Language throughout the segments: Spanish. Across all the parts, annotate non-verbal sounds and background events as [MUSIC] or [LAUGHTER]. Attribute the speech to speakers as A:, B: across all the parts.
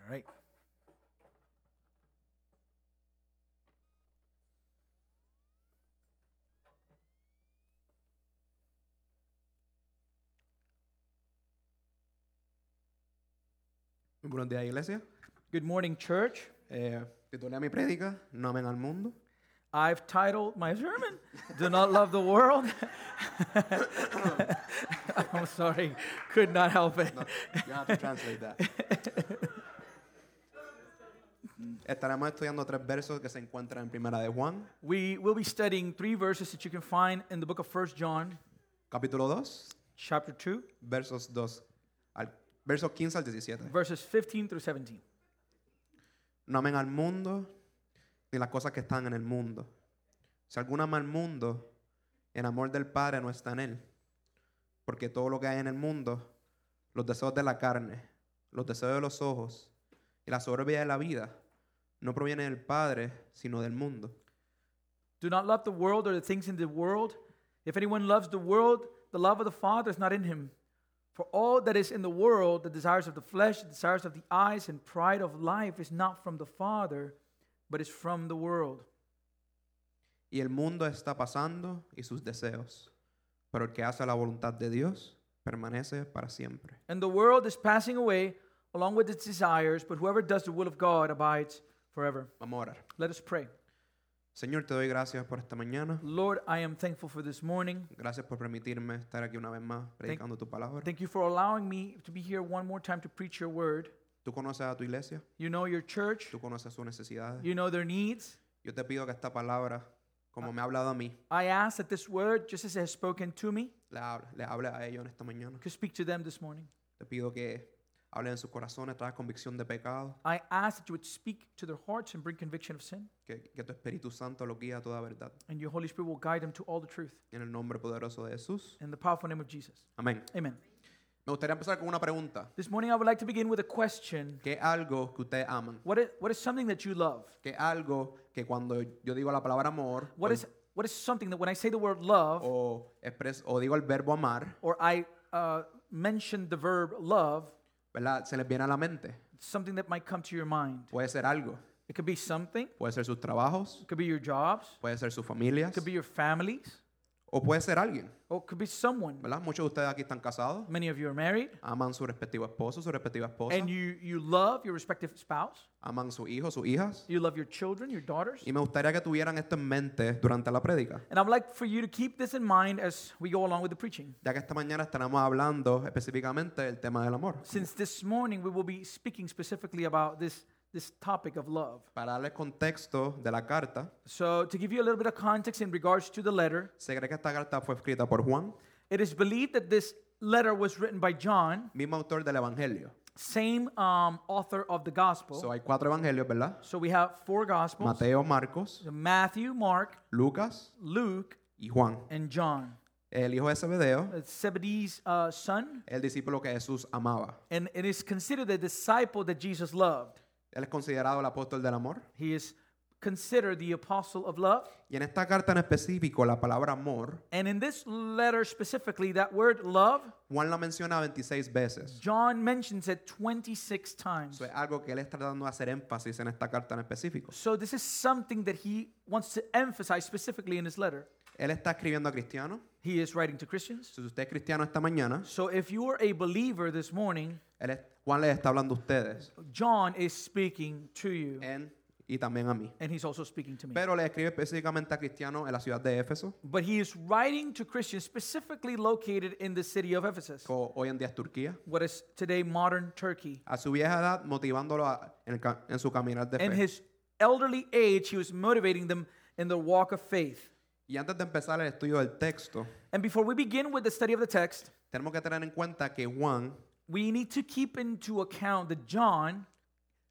A: All right.
B: Buenos días, iglesia.
A: Good morning, church.
B: Eh, titulé a mi prédica, No amen al mundo.
A: I've titled my sermon, Do Not Love the World. [LAUGHS] I'm sorry, could not help it.
B: No, [LAUGHS] you have to translate that. Mm, Estaremos estudiando tres versos que se encuentran en Primera de Juan,
A: We will be studying three verses that you can find in the book of 1 John,
B: capítulo 2,
A: chapter 2,
B: versos 2 al versos 15 al 17.
A: verses 15 through 17.
B: No amen al mundo ni las cosas que están en el mundo. Si alguno ama al mundo, el amor del Padre no está en él. Porque todo lo que hay en el mundo, los deseos de la carne, los deseos de los ojos y la soberbia de la vida, no proviene del Padre, sino del mundo.
A: Do not love the world or the things in the world. If anyone loves the world, the love of the Father is not in him. For all that is in the world, the desires of the flesh, the desires of the eyes, and pride of life is not from the Father, but is from the world.
B: Y el mundo está pasando y sus deseos. Pero el que hace la voluntad de Dios permanece para siempre.
A: And the world is passing away along with its desires, but whoever does the will of God abides forever.
B: Vamos a orar.
A: Let us pray.
B: Señor, te doy gracias por esta mañana.
A: Lord, I am thankful for this morning.
B: Gracias por permitirme estar aquí una vez más predicando tu palabra.
A: Thank you for allowing me to be here one more time to preach your word.
B: Tú conoces a tu iglesia,
A: You know your church,
B: tú conoces sus necesidades.
A: you know their needs.
B: Yo te pido que esta palabra,
A: Ah.
B: como me ha hablado a mí,
A: I ask that this word, just as it has spoken to me,
B: le hable, le hable a ellos en esta mañana.
A: could speak to them this morning.
B: Te pido que hablen en sus corazones, traigas convicción de pecado,
A: I ask that you would speak to their hearts and bring conviction of sin,
B: que, que tu Espíritu Santo los guíe a toda verdad.
A: and your Holy Spirit will guide them to all the truth.
B: En el nombre poderoso de Jesús.
A: In the powerful name of Jesus.
B: Amén.
A: Amen.
B: Me gustaría empezar con una pregunta.
A: This morning, I would like to begin with a question
B: ¿Qué es algo que ustedes aman?
A: What is, what is something that you love?
B: ¿Qué es algo que cuando yo digo la palabra amor
A: What
B: o-
A: is, what is something that when I say the word love,
B: o, expres- o digo el verbo amar,
A: or I uh, mention the verb love,
B: ¿verdad? Se les viene a la mente.
A: something that might come to your mind?
B: Puede ser algo.
A: It could be something,
B: Puede ser sus trabajos,
A: it could be your jobs,
B: puede ser sus familias,
A: it could be your families,
B: o puede ser alguien,
A: or it could be someone.
B: ¿verdad? Muchos de ustedes aquí están casados,
A: Many of you are married,
B: aman su respectivo esposo, su respectiva esposa,
A: and you, you love your respective spouse,
B: aman sus hijos, sus hijas,
A: you love your children, your daughters.
B: y me gustaría que tuvieran esto en mente durante la prédica,
A: And I'd like for you to keep this in mind as we go along with the preaching.
B: ya que esta mañana estaremos hablando específicamente del tema del amor.
A: Since this morning we will be speaking specifically about this, this topic of love.
B: Para darles contexto de la carta,
A: So, to give you a little bit of context in regards to the letter,
B: se cree que esta carta fue escrita por Juan,
A: it is believed that this letter was written by John,
B: mismo autor del Evangelio.
A: same um, author of the gospel.
B: So, hay cuatro evangelios, ¿verdad?
A: so, we have four gospels
B: Mateo, Marcos,
A: So Matthew, Mark,
B: Lucas
A: Luke,
B: y Juan.
A: and John.
B: El hijo de Zebedeo,
A: It's Zebedee's uh, son,
B: el discípulo que Jesús amaba.
A: and it is considered the disciple that Jesus loved.
B: Él es considerado el apóstol del amor.
A: He is considered the apostle of love.
B: Y en esta carta en específico, la palabra amor,
A: And in this letter specifically, that word love,
B: Juan la menciona 26 veces.
A: John mentions it 26 times.
B: Eso es algo que él está tratando de hacer énfasis en esta carta en específico.
A: So this is something that he wants to emphasize specifically in his letter.
B: Él está escribiendo a cristianos.
A: He is writing to Christians.
B: Si usted es cristiano esta mañana,
A: So if you are a believer this morning,
B: él es- Juan les está hablando a ustedes
A: John is speaking to you,
B: en- y también a mí.
A: and he's also speaking to me.
B: Pero le escribe específicamente a cristianos en la ciudad de Éfeso,
A: But he is writing to Christians specifically located in the city of Ephesus,
B: que hoy en día es Turquía,
A: what is today modern Turkey.
B: a su vieja edad, motivándolo a- en, el ca- en su caminar de
A: In
B: fe.
A: his elderly age, he was motivating them in their walk of faith.
B: Y antes de empezar el estudio del texto,
A: And before we begin with the study of the text,
B: tenemos que tener en cuenta que Juan
A: we need to keep into account that John,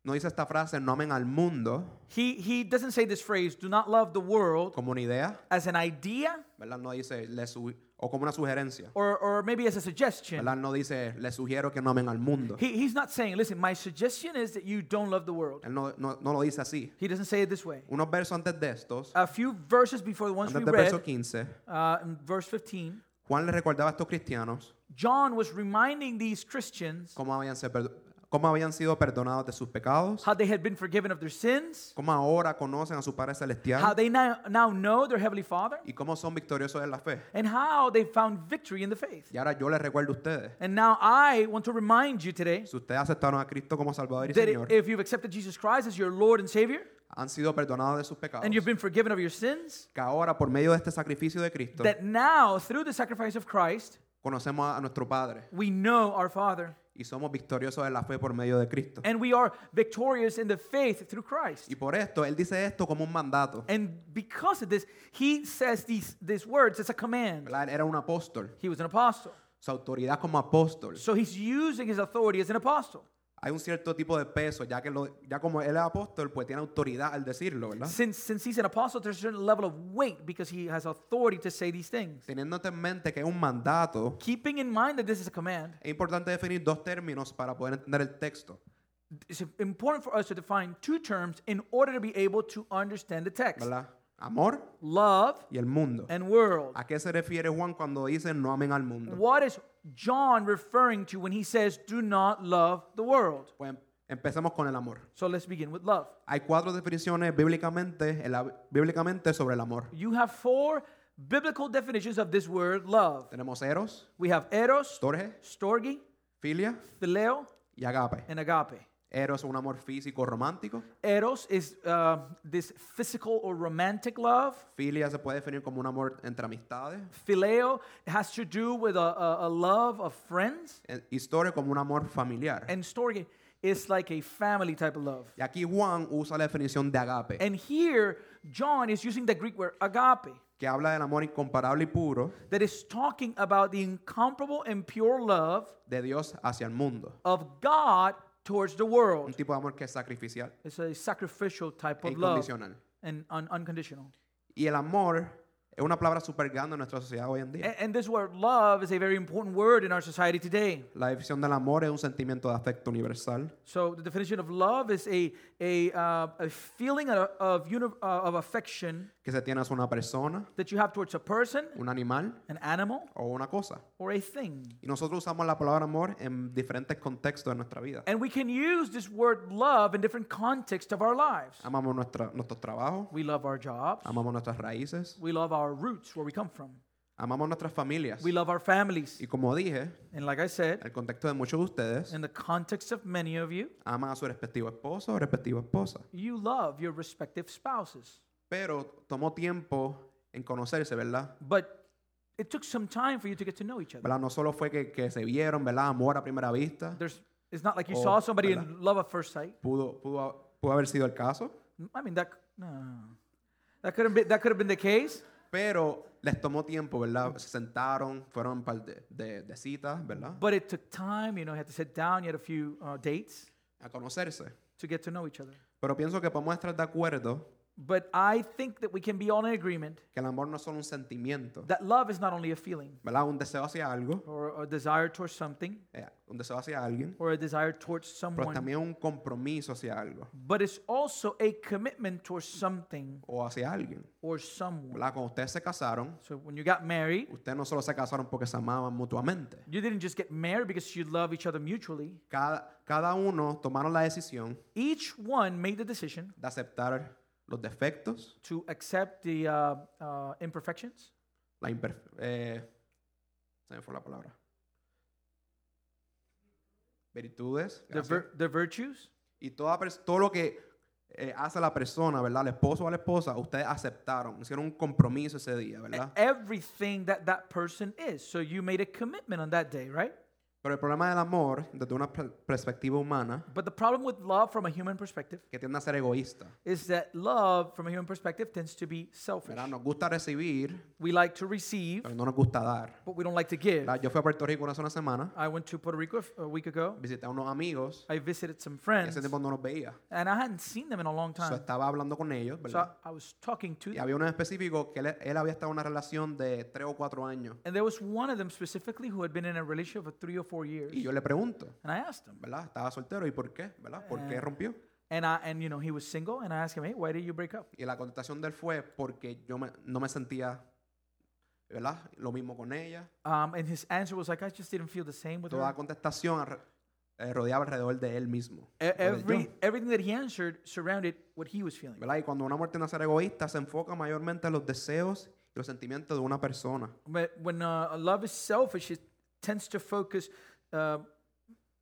B: no dice esta frase, no amen al mundo,
A: he, he doesn't say this phrase, do not love the world,
B: como una idea,
A: as an idea
B: ¿verdad? No dice, le su- o como una sugerencia,
A: or, or maybe as a suggestion.
B: ¿verdad? No dice, le sugiero que no amen al mundo.
A: He, he's not saying, listen, my suggestion is that you don't love the world.
B: Él no, no- no lo dice así.
A: He doesn't say it this way.
B: Unos versos antes de estos,
A: A few verses before the ones we
B: antes del verso
A: read,
B: 15,
A: uh, in verse 15,
B: Juan le recordaba a estos cristianos
A: John was reminding these Christians
B: cómo habían, ser per- cómo habían sido perdonados de sus pecados,
A: how they had been forgiven of their sins,
B: cómo ahora conocen a su Padre
A: how
B: Celestial
A: they now, now know their Heavenly Father,
B: y cómo son victoriosos en la fe.
A: and how they found victory in the faith.
B: Y ahora yo les recuerdo a ustedes,
A: And now I want to remind you today
B: si ustedes aceptaron a Cristo como Salvador y
A: that
B: Señor,
A: if you've accepted Jesus Christ as your Lord and Savior,
B: han sido perdonados de sus pecados,
A: and you've been forgiven of your sins,
B: que ahora por medio de este sacrificio de Cristo
A: that now through the sacrifice of Christ,
B: conocemos a nuestro Padre
A: we know our Father
B: y somos victoriosos en la fe por medio de Cristo.
A: and we are victorious in the faith through Christ.
B: Y por esto, Él dice esto como un mandato.
A: And because of this, he says these, these words. It's a command.
B: ¿verdad? Él era un apóstol,
A: He was an apostle.
B: su autoridad como apóstol.
A: So he's using his authority as an apostle.
B: Hay un cierto tipo de peso, ya que lo- ya como él es apóstol, pues tiene autoridad al decirlo, ¿verdad?
A: Since, since he's an apostle, there's a certain level of weight because he has authority to say these things.
B: Teniendo en mente que es un mandato,
A: Keeping in mind that this is a command,
B: es importante definir dos términos para poder entender el texto,
A: it's important for us to define two terms in order to be able to understand the text
B: ¿verdad? Amor
A: love
B: y el mundo.
A: and world.
B: ¿A qué se refiere Juan cuando dice no amen al mundo?
A: What is John referring to when he says, do not love the world?
B: Pues empecemos con el amor.
A: So let's begin with love.
B: Hay cuatro definiciones bíblicamente, en la- bíblicamente sobre el amor.
A: You have four biblical definitions of this word love.
B: Tenemos eros,
A: We have eros,
B: storge,
A: storge,
B: filia
A: phileo,
B: y agape.
A: and agape.
B: Eros es un amor físico romántico.
A: Eros is uh, this physical or romantic love.
B: Filia se puede definir como un amor entre amistades.
A: Phileo has to do with a, a, a love of friends.
B: Eh, Y storge como un amor familiar.
A: And storge is like a family type of love.
B: Y aquí Juan usa la definición de agape,
A: And here, John is using the Greek word agape
B: que habla del amor incomparable y puro
A: that is talking about the incomparable and pure love
B: de Dios hacia el mundo.
A: of God towards the
B: Un
A: world.
B: tipo de amor que es sacrificial
A: It's a sacrificial type
B: e
A: of love.
B: incondicional.
A: and un- unconditional.
B: Y el amor es una palabra súper grande en nuestra sociedad hoy en
A: A-
B: día.
A: And, this word love is a very important word in our society today.
B: La definición del amor es un sentimiento de afecto universal
A: So the definition of love is a, a, uh, a feeling of, of, uni- uh, of affection
B: que se tiene hacia una persona,
A: that you have towards a person,
B: un animal
A: an animal,
B: o una cosa.
A: or a thing.
B: Y nosotros usamos la palabra amor en diferentes contextos de nuestra vida.
A: And we can use this word love in different contexts of our lives.
B: Amamos nuestra, nuestros trabajos,
A: We love our jobs.
B: amamos nuestras raíces,
A: We love our roots, where we come from.
B: amamos nuestras familias.
A: We love our families.
B: Y como dije,
A: And like I said,
B: en el contexto de muchos de ustedes,
A: in the context of many of you,
B: aman a su respectivo esposo o respectiva esposa.
A: you love your respective spouses.
B: Pero tomó tiempo en conocerse, ¿verdad?
A: But it took some time for you to get to know each other.
B: ¿Verdad? No solo fue que, que se vieron, ¿verdad? Amor a primera vista.
A: There's, it's not like you
B: Oh,
A: saw somebody
B: ¿verdad?
A: in love at first sight.
B: Pudo, pudo, ha- pudo haber sido el caso.
A: I mean that. c- No, no, no. that could have been that could have been the case.
B: Pero les tomó tiempo, ¿verdad? Se sentaron, fueron un par de, de- de citas, ¿verdad?
A: But it took time. You know, you had to sit down. You had a few uh, dates
B: A conocerse.
A: to get to know each other.
B: Pero pienso que podemos estar de acuerdo
A: But I think that we can be all in agreement
B: que el amor no es solo un sentimiento,
A: that love is not only a feeling
B: ¿verdad? Un deseo hacia algo,
A: or a desire towards something
B: eh, un deseo hacia alguien,
A: or a desire towards
B: pero
A: someone,
B: también un compromiso hacia algo
A: but it's also a commitment towards something
B: o hacia alguien,
A: or someone.
B: ¿verdad? Cuando ustedes se casaron,
A: So when you got married,
B: ustedes no solo se casaron porque se amaban mutuamente.
A: you didn't just get married because you love each other mutually.
B: Cada, cada uno tomaron la decisión
A: each one made the decision
B: de aceptar los defectos,
A: to accept the uh, uh, imperfections,
B: la imperfe- eh, se me fue la palabra, virtudes,
A: the,
B: gracias.
A: vir- the virtues,
B: y toda pers- todo lo que eh, hace la persona, ¿verdad? Al esposo o a la esposa, ustedes aceptaron, hicieron un compromiso ese día,
A: and
B: ¿verdad?
A: E-, everything that that person is. So you made a commitment on that day, right?
B: Pero el problema del amor, desde una per- perspectiva humana,
A: But the problem with love from a human perspective
B: que tiende a ser egoísta.
A: is that love from a human perspective tends to be selfish.
B: ¿verdad? Nos gusta recibir,
A: We like to receive,
B: pero no nos gusta dar.
A: but we don't like to give.
B: ¿verdad? Yo fui a Puerto Rico hace una semana,
A: I went to Puerto Rico a f- a week ago.
B: visité a unos amigos,
A: I visited some
B: y
A: friends,
B: ese tiempo no los veía.
A: and I hadn't seen them in a long
B: So,
A: time.
B: estaba hablando con ellos,
A: So I,
B: ¿verdad?
A: I was talking to
B: Y
A: them,
B: había uno en específico que él, él había estado en una relación de tres o cuatro años.
A: and there was one of them specifically who had been in a relationship for three or four years.
B: Y yo le pregunto,
A: And I asked him,
B: ¿verdad? Estaba soltero, ¿y por qué? ¿Verdad? ¿Por qué rompió?
A: and I and you know he was single, and I asked him, hey, why did you break up?
B: Y la contestación de él fue porque yo me- no me sentía, ¿verdad? Lo mismo con ella.
A: Um, and his answer was like, I just didn't feel the same with
B: Toda
A: her.
B: contestación al re- eh, rodeaba alrededor de él mismo.
A: E-
B: Lo del
A: Every,
B: yo.
A: everything that he answered surrounded what he was feeling.
B: ¿Verdad? Y cuando una muerte nace egoísta, se enfoca mayormente en los deseos y los sentimientos de una persona.
A: But when uh, a love is selfish, it tends to focus uh,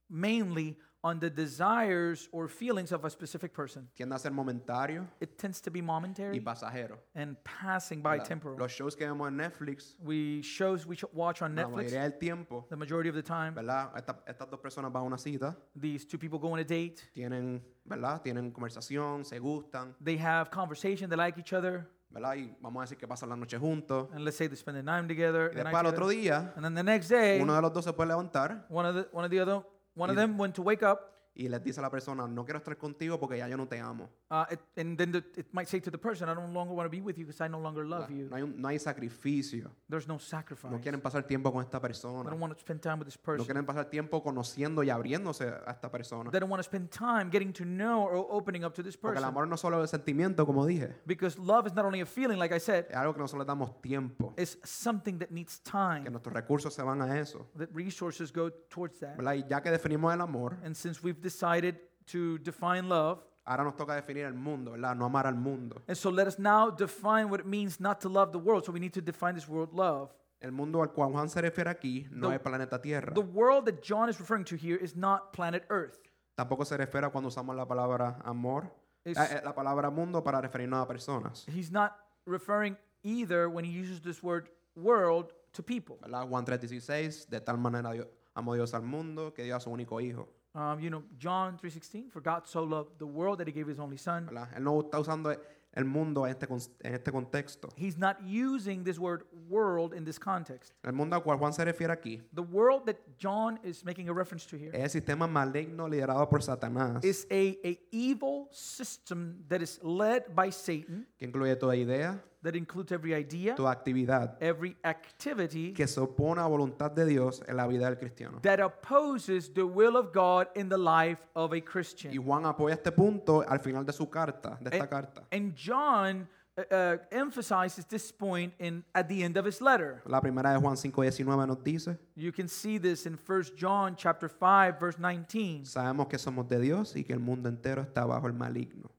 A: mainly on the desires or feelings of a specific person.
B: Tiende a ser momentario
A: It tends to be
B: y
A: momentary
B: pasajero.
A: and passing by,
B: ¿verdad?
A: Mm. temporal.
B: Los shows que vemos en Netflix,
A: We shows we sh- watch on
B: la mayoría
A: Netflix
B: del tiempo,
A: the majority of the time.
B: ¿verdad? Esta- estas dos personas van a una cita,
A: These two people go on a date.
B: tienen, ¿verdad? Tienen conversación, se gustan,
A: They have conversation. They like each other,
B: ¿verdad? Y vamos a decir que pasan la noche juntos.
A: and let's say they spend the night together.
B: Y
A: the night
B: después al
A: together.
B: otro día,
A: And then the next day,
B: uno de los dos se puede levantar
A: one of the one of the other one of
B: Y-
A: them went to wake up
B: y les dice a la persona, no quiero estar contigo porque ya yo no te amo.
A: Uh, it, and then the, it might say to the person, I no longer want to be with you because I no longer love you.
B: No hay, un- no hay sacrificio.
A: There's no sacrifice.
B: No quieren pasar tiempo con esta
A: They don't
B: persona.
A: want to spend time with this
B: No
A: person.
B: quieren pasar tiempo conociendo y abriéndose a esta persona.
A: They don't want to spend time getting to know or opening up to this
B: Porque
A: person.
B: el amor no solo es sentimiento, como dije.
A: Because love is not only a feeling, like I said,
B: Es algo que nosotros le damos tiempo.
A: it's something that needs
B: Eh. Que
A: time,
B: nuestros recursos se van a eso.
A: that resources go towards that.
B: ¿verdad? Y ya que definimos el amor,
A: And since we've decided to define love,
B: ahora nos toca definir el mundo, ¿verdad? No amar al mundo.
A: and so let us now define what it means not to love the world. So we need to define this world love.
B: El mundo al cual Juan se refiere aquí no
A: The-
B: es planeta Tierra.
A: The world that John is referring to here is not planet Earth.
B: Tampoco se refiere a cuando usamos la palabra amor,
A: Es-
B: eh, eh, la palabra mundo para referirnos a personas.
A: he's not referring either when he uses this word world to people.
B: ¿verdad? Juan 3:16, de tal manera Dios, amó Dios al mundo que dio a su único hijo.
A: Um, you know, John 3.16, for God so loved the world that he gave his only son.
B: ¿verdad? Él no está usando el mundo en este, cons- en este contexto.
A: He's not using this word world in this context.
B: El mundo al cual Juan se refiere aquí
A: The world that John is making a reference to here
B: es el sistema maligno liderado por Satanás,
A: is a, a evil system that is led by Satan
B: que incluye toda idea,
A: that includes every idea,
B: toda actividad
A: every activity
B: que se opone a voluntad de Dios en la vida del cristiano.
A: that opposes the will of God in the life of a Christian.
B: Y Juan apoya este punto al final de su carta, de esta
A: Eh,
B: carta.
A: And John uh, uh, emphasizes this point in at the end of his letter.
B: La primera de Juan 5:19 nos dice,
A: You can see this in 1 John chapter 5 verse 19.
B: sabemos que somos de Dios y que el mundo entero está bajo el maligno.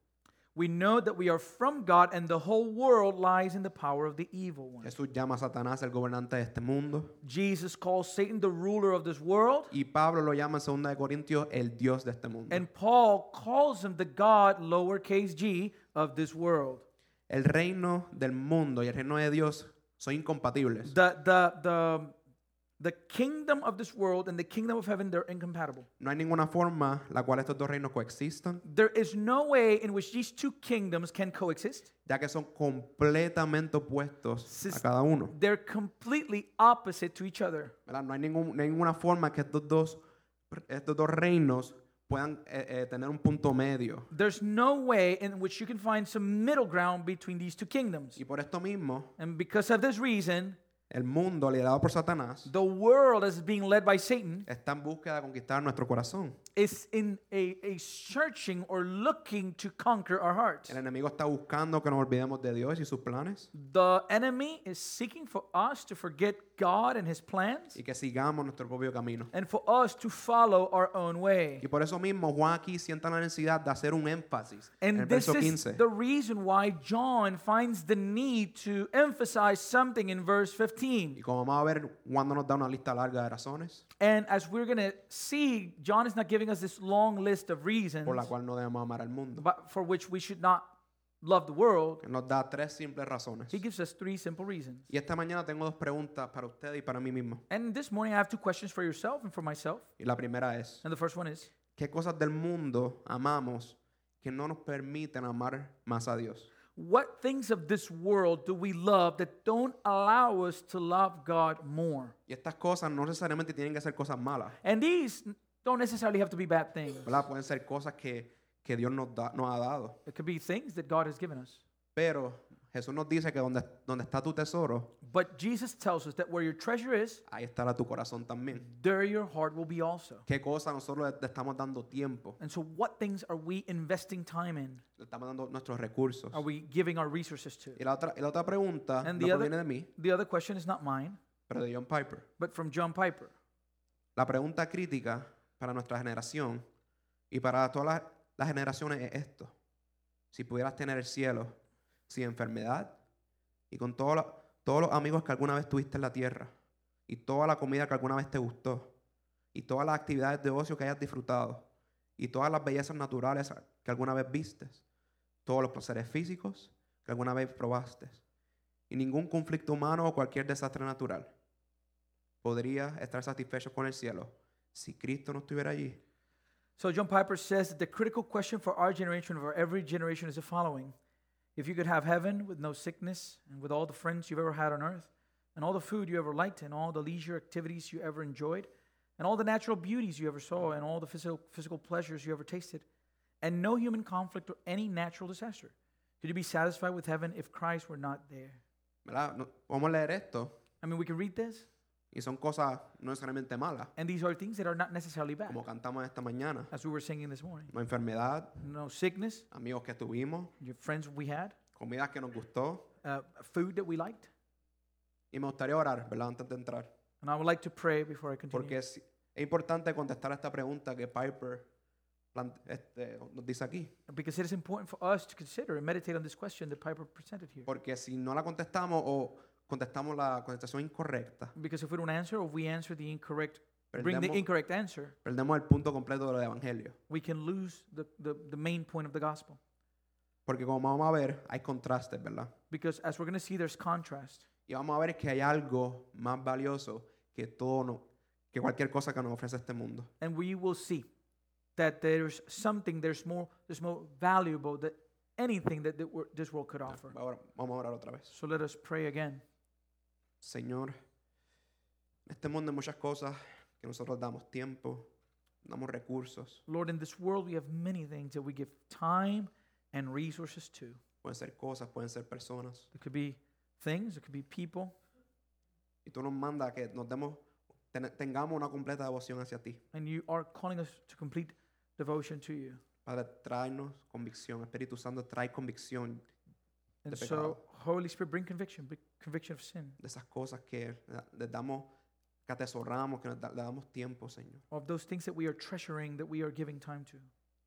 A: We know that we are from God and the whole world lies in the power of the evil one.
B: Jesús llama a Satanás el gobernante de este mundo
A: Jesus calls Satan the ruler of this world
B: y Pablo lo llama en 2 de Corintios el Dios de este mundo.
A: and Paul calls him the God lowercase g of this world.
B: El reino del mundo y el reino de Dios son incompatibles.
A: The the the the kingdom of this world and the kingdom of heaven they're incompatible.
B: No hay ninguna forma la cual estos dos reinos coexistan,
A: There is no way in which these two kingdoms can coexist.
B: ya que son completamente opuestos a
A: Sis-
B: cada uno.
A: They're completely opposite to each other.
B: ¿verdad? No hay ningún- ninguna forma que estos dos, estos dos reinos puedan eh, eh, tener un punto medio.
A: There's no way in which you can find some middle ground between these two kingdoms.
B: Y por esto mismo,
A: And because of this reason,
B: el mundo liderado por Satanás
A: the world as being led by Satan
B: está en búsqueda de conquistar nuestro corazón.
A: is in a, a searching or looking to conquer our hearts.
B: El enemigo está buscando que nos olvidemos de Dios y sus planes
A: The enemy is seeking for us to forget God and his plans
B: y que sigamos nuestro propio camino.
A: and for us to follow our own way.
B: Y por eso mismo Juan aquí sienta la necesidad de hacer un énfasis en el
A: And this
B: verso
A: is
B: 15.
A: the reason why John finds the need to emphasize something in verse 15.
B: Y como vamos a ver, Juan no nos da una lista larga de razones
A: And as we're going to see, John is not giving us this long list of reasons
B: por la cual no debemos amar al mundo.
A: but for which we should not love the world.
B: Él Nos da tres simples razones.
A: He gives us three simple reasons.
B: Y esta mañana tengo dos preguntas para ustedes y para mí mismo.
A: And this morning, I have two questions for yourself and for myself.
B: Y la primera es,
A: And the first one is
B: ¿qué cosas del mundo amamos que no nos permiten amar más a Dios?
A: What things of this world do we love that don't allow us to love God more?
B: Y estas cosas no necesariamente tienen que ser cosas malas,
A: And these don't necessarily have to be bad things,
B: ¿verdad? Pueden ser cosas que, que Dios nos, da- nos ha dado.
A: it could be things that God has given us.
B: Pero Jesús nos dice que donde, donde está tu tesoro,
A: But Jesus tells us that where your treasure is,
B: ahí estará tu corazón también.
A: there your heart will be also.
B: ¿Qué cosas nosotros le- le estamos dando tiempo?
A: And so, what things are we investing time in?
B: Le estamos dando nuestros recursos.
A: Are we giving our resources to?
B: Y la otra, y la otra pregunta
A: And
B: no
A: the
B: proviene
A: other-
B: de mí,
A: The other question is not mine,
B: pero de John Piper.
A: but from John Piper.
B: La pregunta crítica para nuestra generación y para todas las, las generaciones es esto. Si pudieras tener el cielo sin enfermedad y con todo la- todos los amigos que alguna vez tuviste en la tierra y toda la comida que alguna vez te gustó y todas las actividades de ocio que hayas disfrutado y todas las bellezas naturales que alguna vez vistes, todos los placeres físicos que alguna vez probaste y ningún conflicto humano o cualquier desastre natural. Podrías estar satisfecho con el cielo si Cristo no estuviera allí.
A: So John Piper says that the critical question for our generation, for every generation, is the following: If you could have heaven with no sickness and with all the friends you've ever had on earth, and all the food you ever liked, and all the leisure activities you ever enjoyed, and all the natural beauties you ever saw, and all the physical, physical pleasures you ever tasted, and no human conflict or any natural disaster, could you be satisfied with heaven if Christ were not there?
B: ¿Verdad? No- vamos a leer esto
A: I mean, we can read this,
B: y son cosas no necesariamente malas,
A: and these are things that are not necessarily bad,
B: como cantamos esta mañana.
A: as we were singing this morning.
B: No enfermedad,
A: No sickness,
B: amigos que tuvimos,
A: your friends we had,
B: comidas que nos gustó.
A: uh, food that we liked.
B: Y me gustaría orar, ¿verdad? Antes de entrar.
A: And I would like to pray before I continue.
B: Porque es, es importante contestar esta pregunta que Piper plant- este, nos dice aquí.
A: because it is important for us to consider and meditate on this question that Piper presented here.
B: Porque si no la contestamos o contestamos la contestación incorrecta,
A: Because if we don't answer, or if we answer the incorrect, bring the
B: Perdemos-
A: incorrect answer,
B: perdemos el punto completo del Evangelio.
A: we can lose the, the, the main point of the gospel.
B: Porque como vamos a ver, hay contrastes, ¿verdad?
A: Because as we're going to see, there's contrast.
B: Y vamos a ver que hay algo más valioso que todo no- que cualquier cosa que nos ofrece este mundo.
A: And we will see that there's something, there's more, there's more valuable than anything that the wor- this world could offer.
B: Ahora vamos a orar otra vez.
A: So let us pray again.
B: Señor, en este mundo hay muchas cosas que nosotros damos tiempo, damos recursos.
A: Lord, in this world, we have many things that we give time and resources to.
B: Pueden ser cosas, pueden ser personas.
A: It could be things, it could be people,
B: Y tú nos mandas que nos demos, ten- tengamos una completa devoción hacia ti.
A: and you are calling us to complete devotion to you.
B: Para traernos convicción. Espíritu Santo, trae convicción
A: And
B: De
A: so, Holy Spirit, bring conviction, bring conviction of sin,
B: de esas cosas que la- le damos, que atesoramos, que nos da- le damos tiempo, Señor.
A: of those things that we are treasuring, that we are giving time to.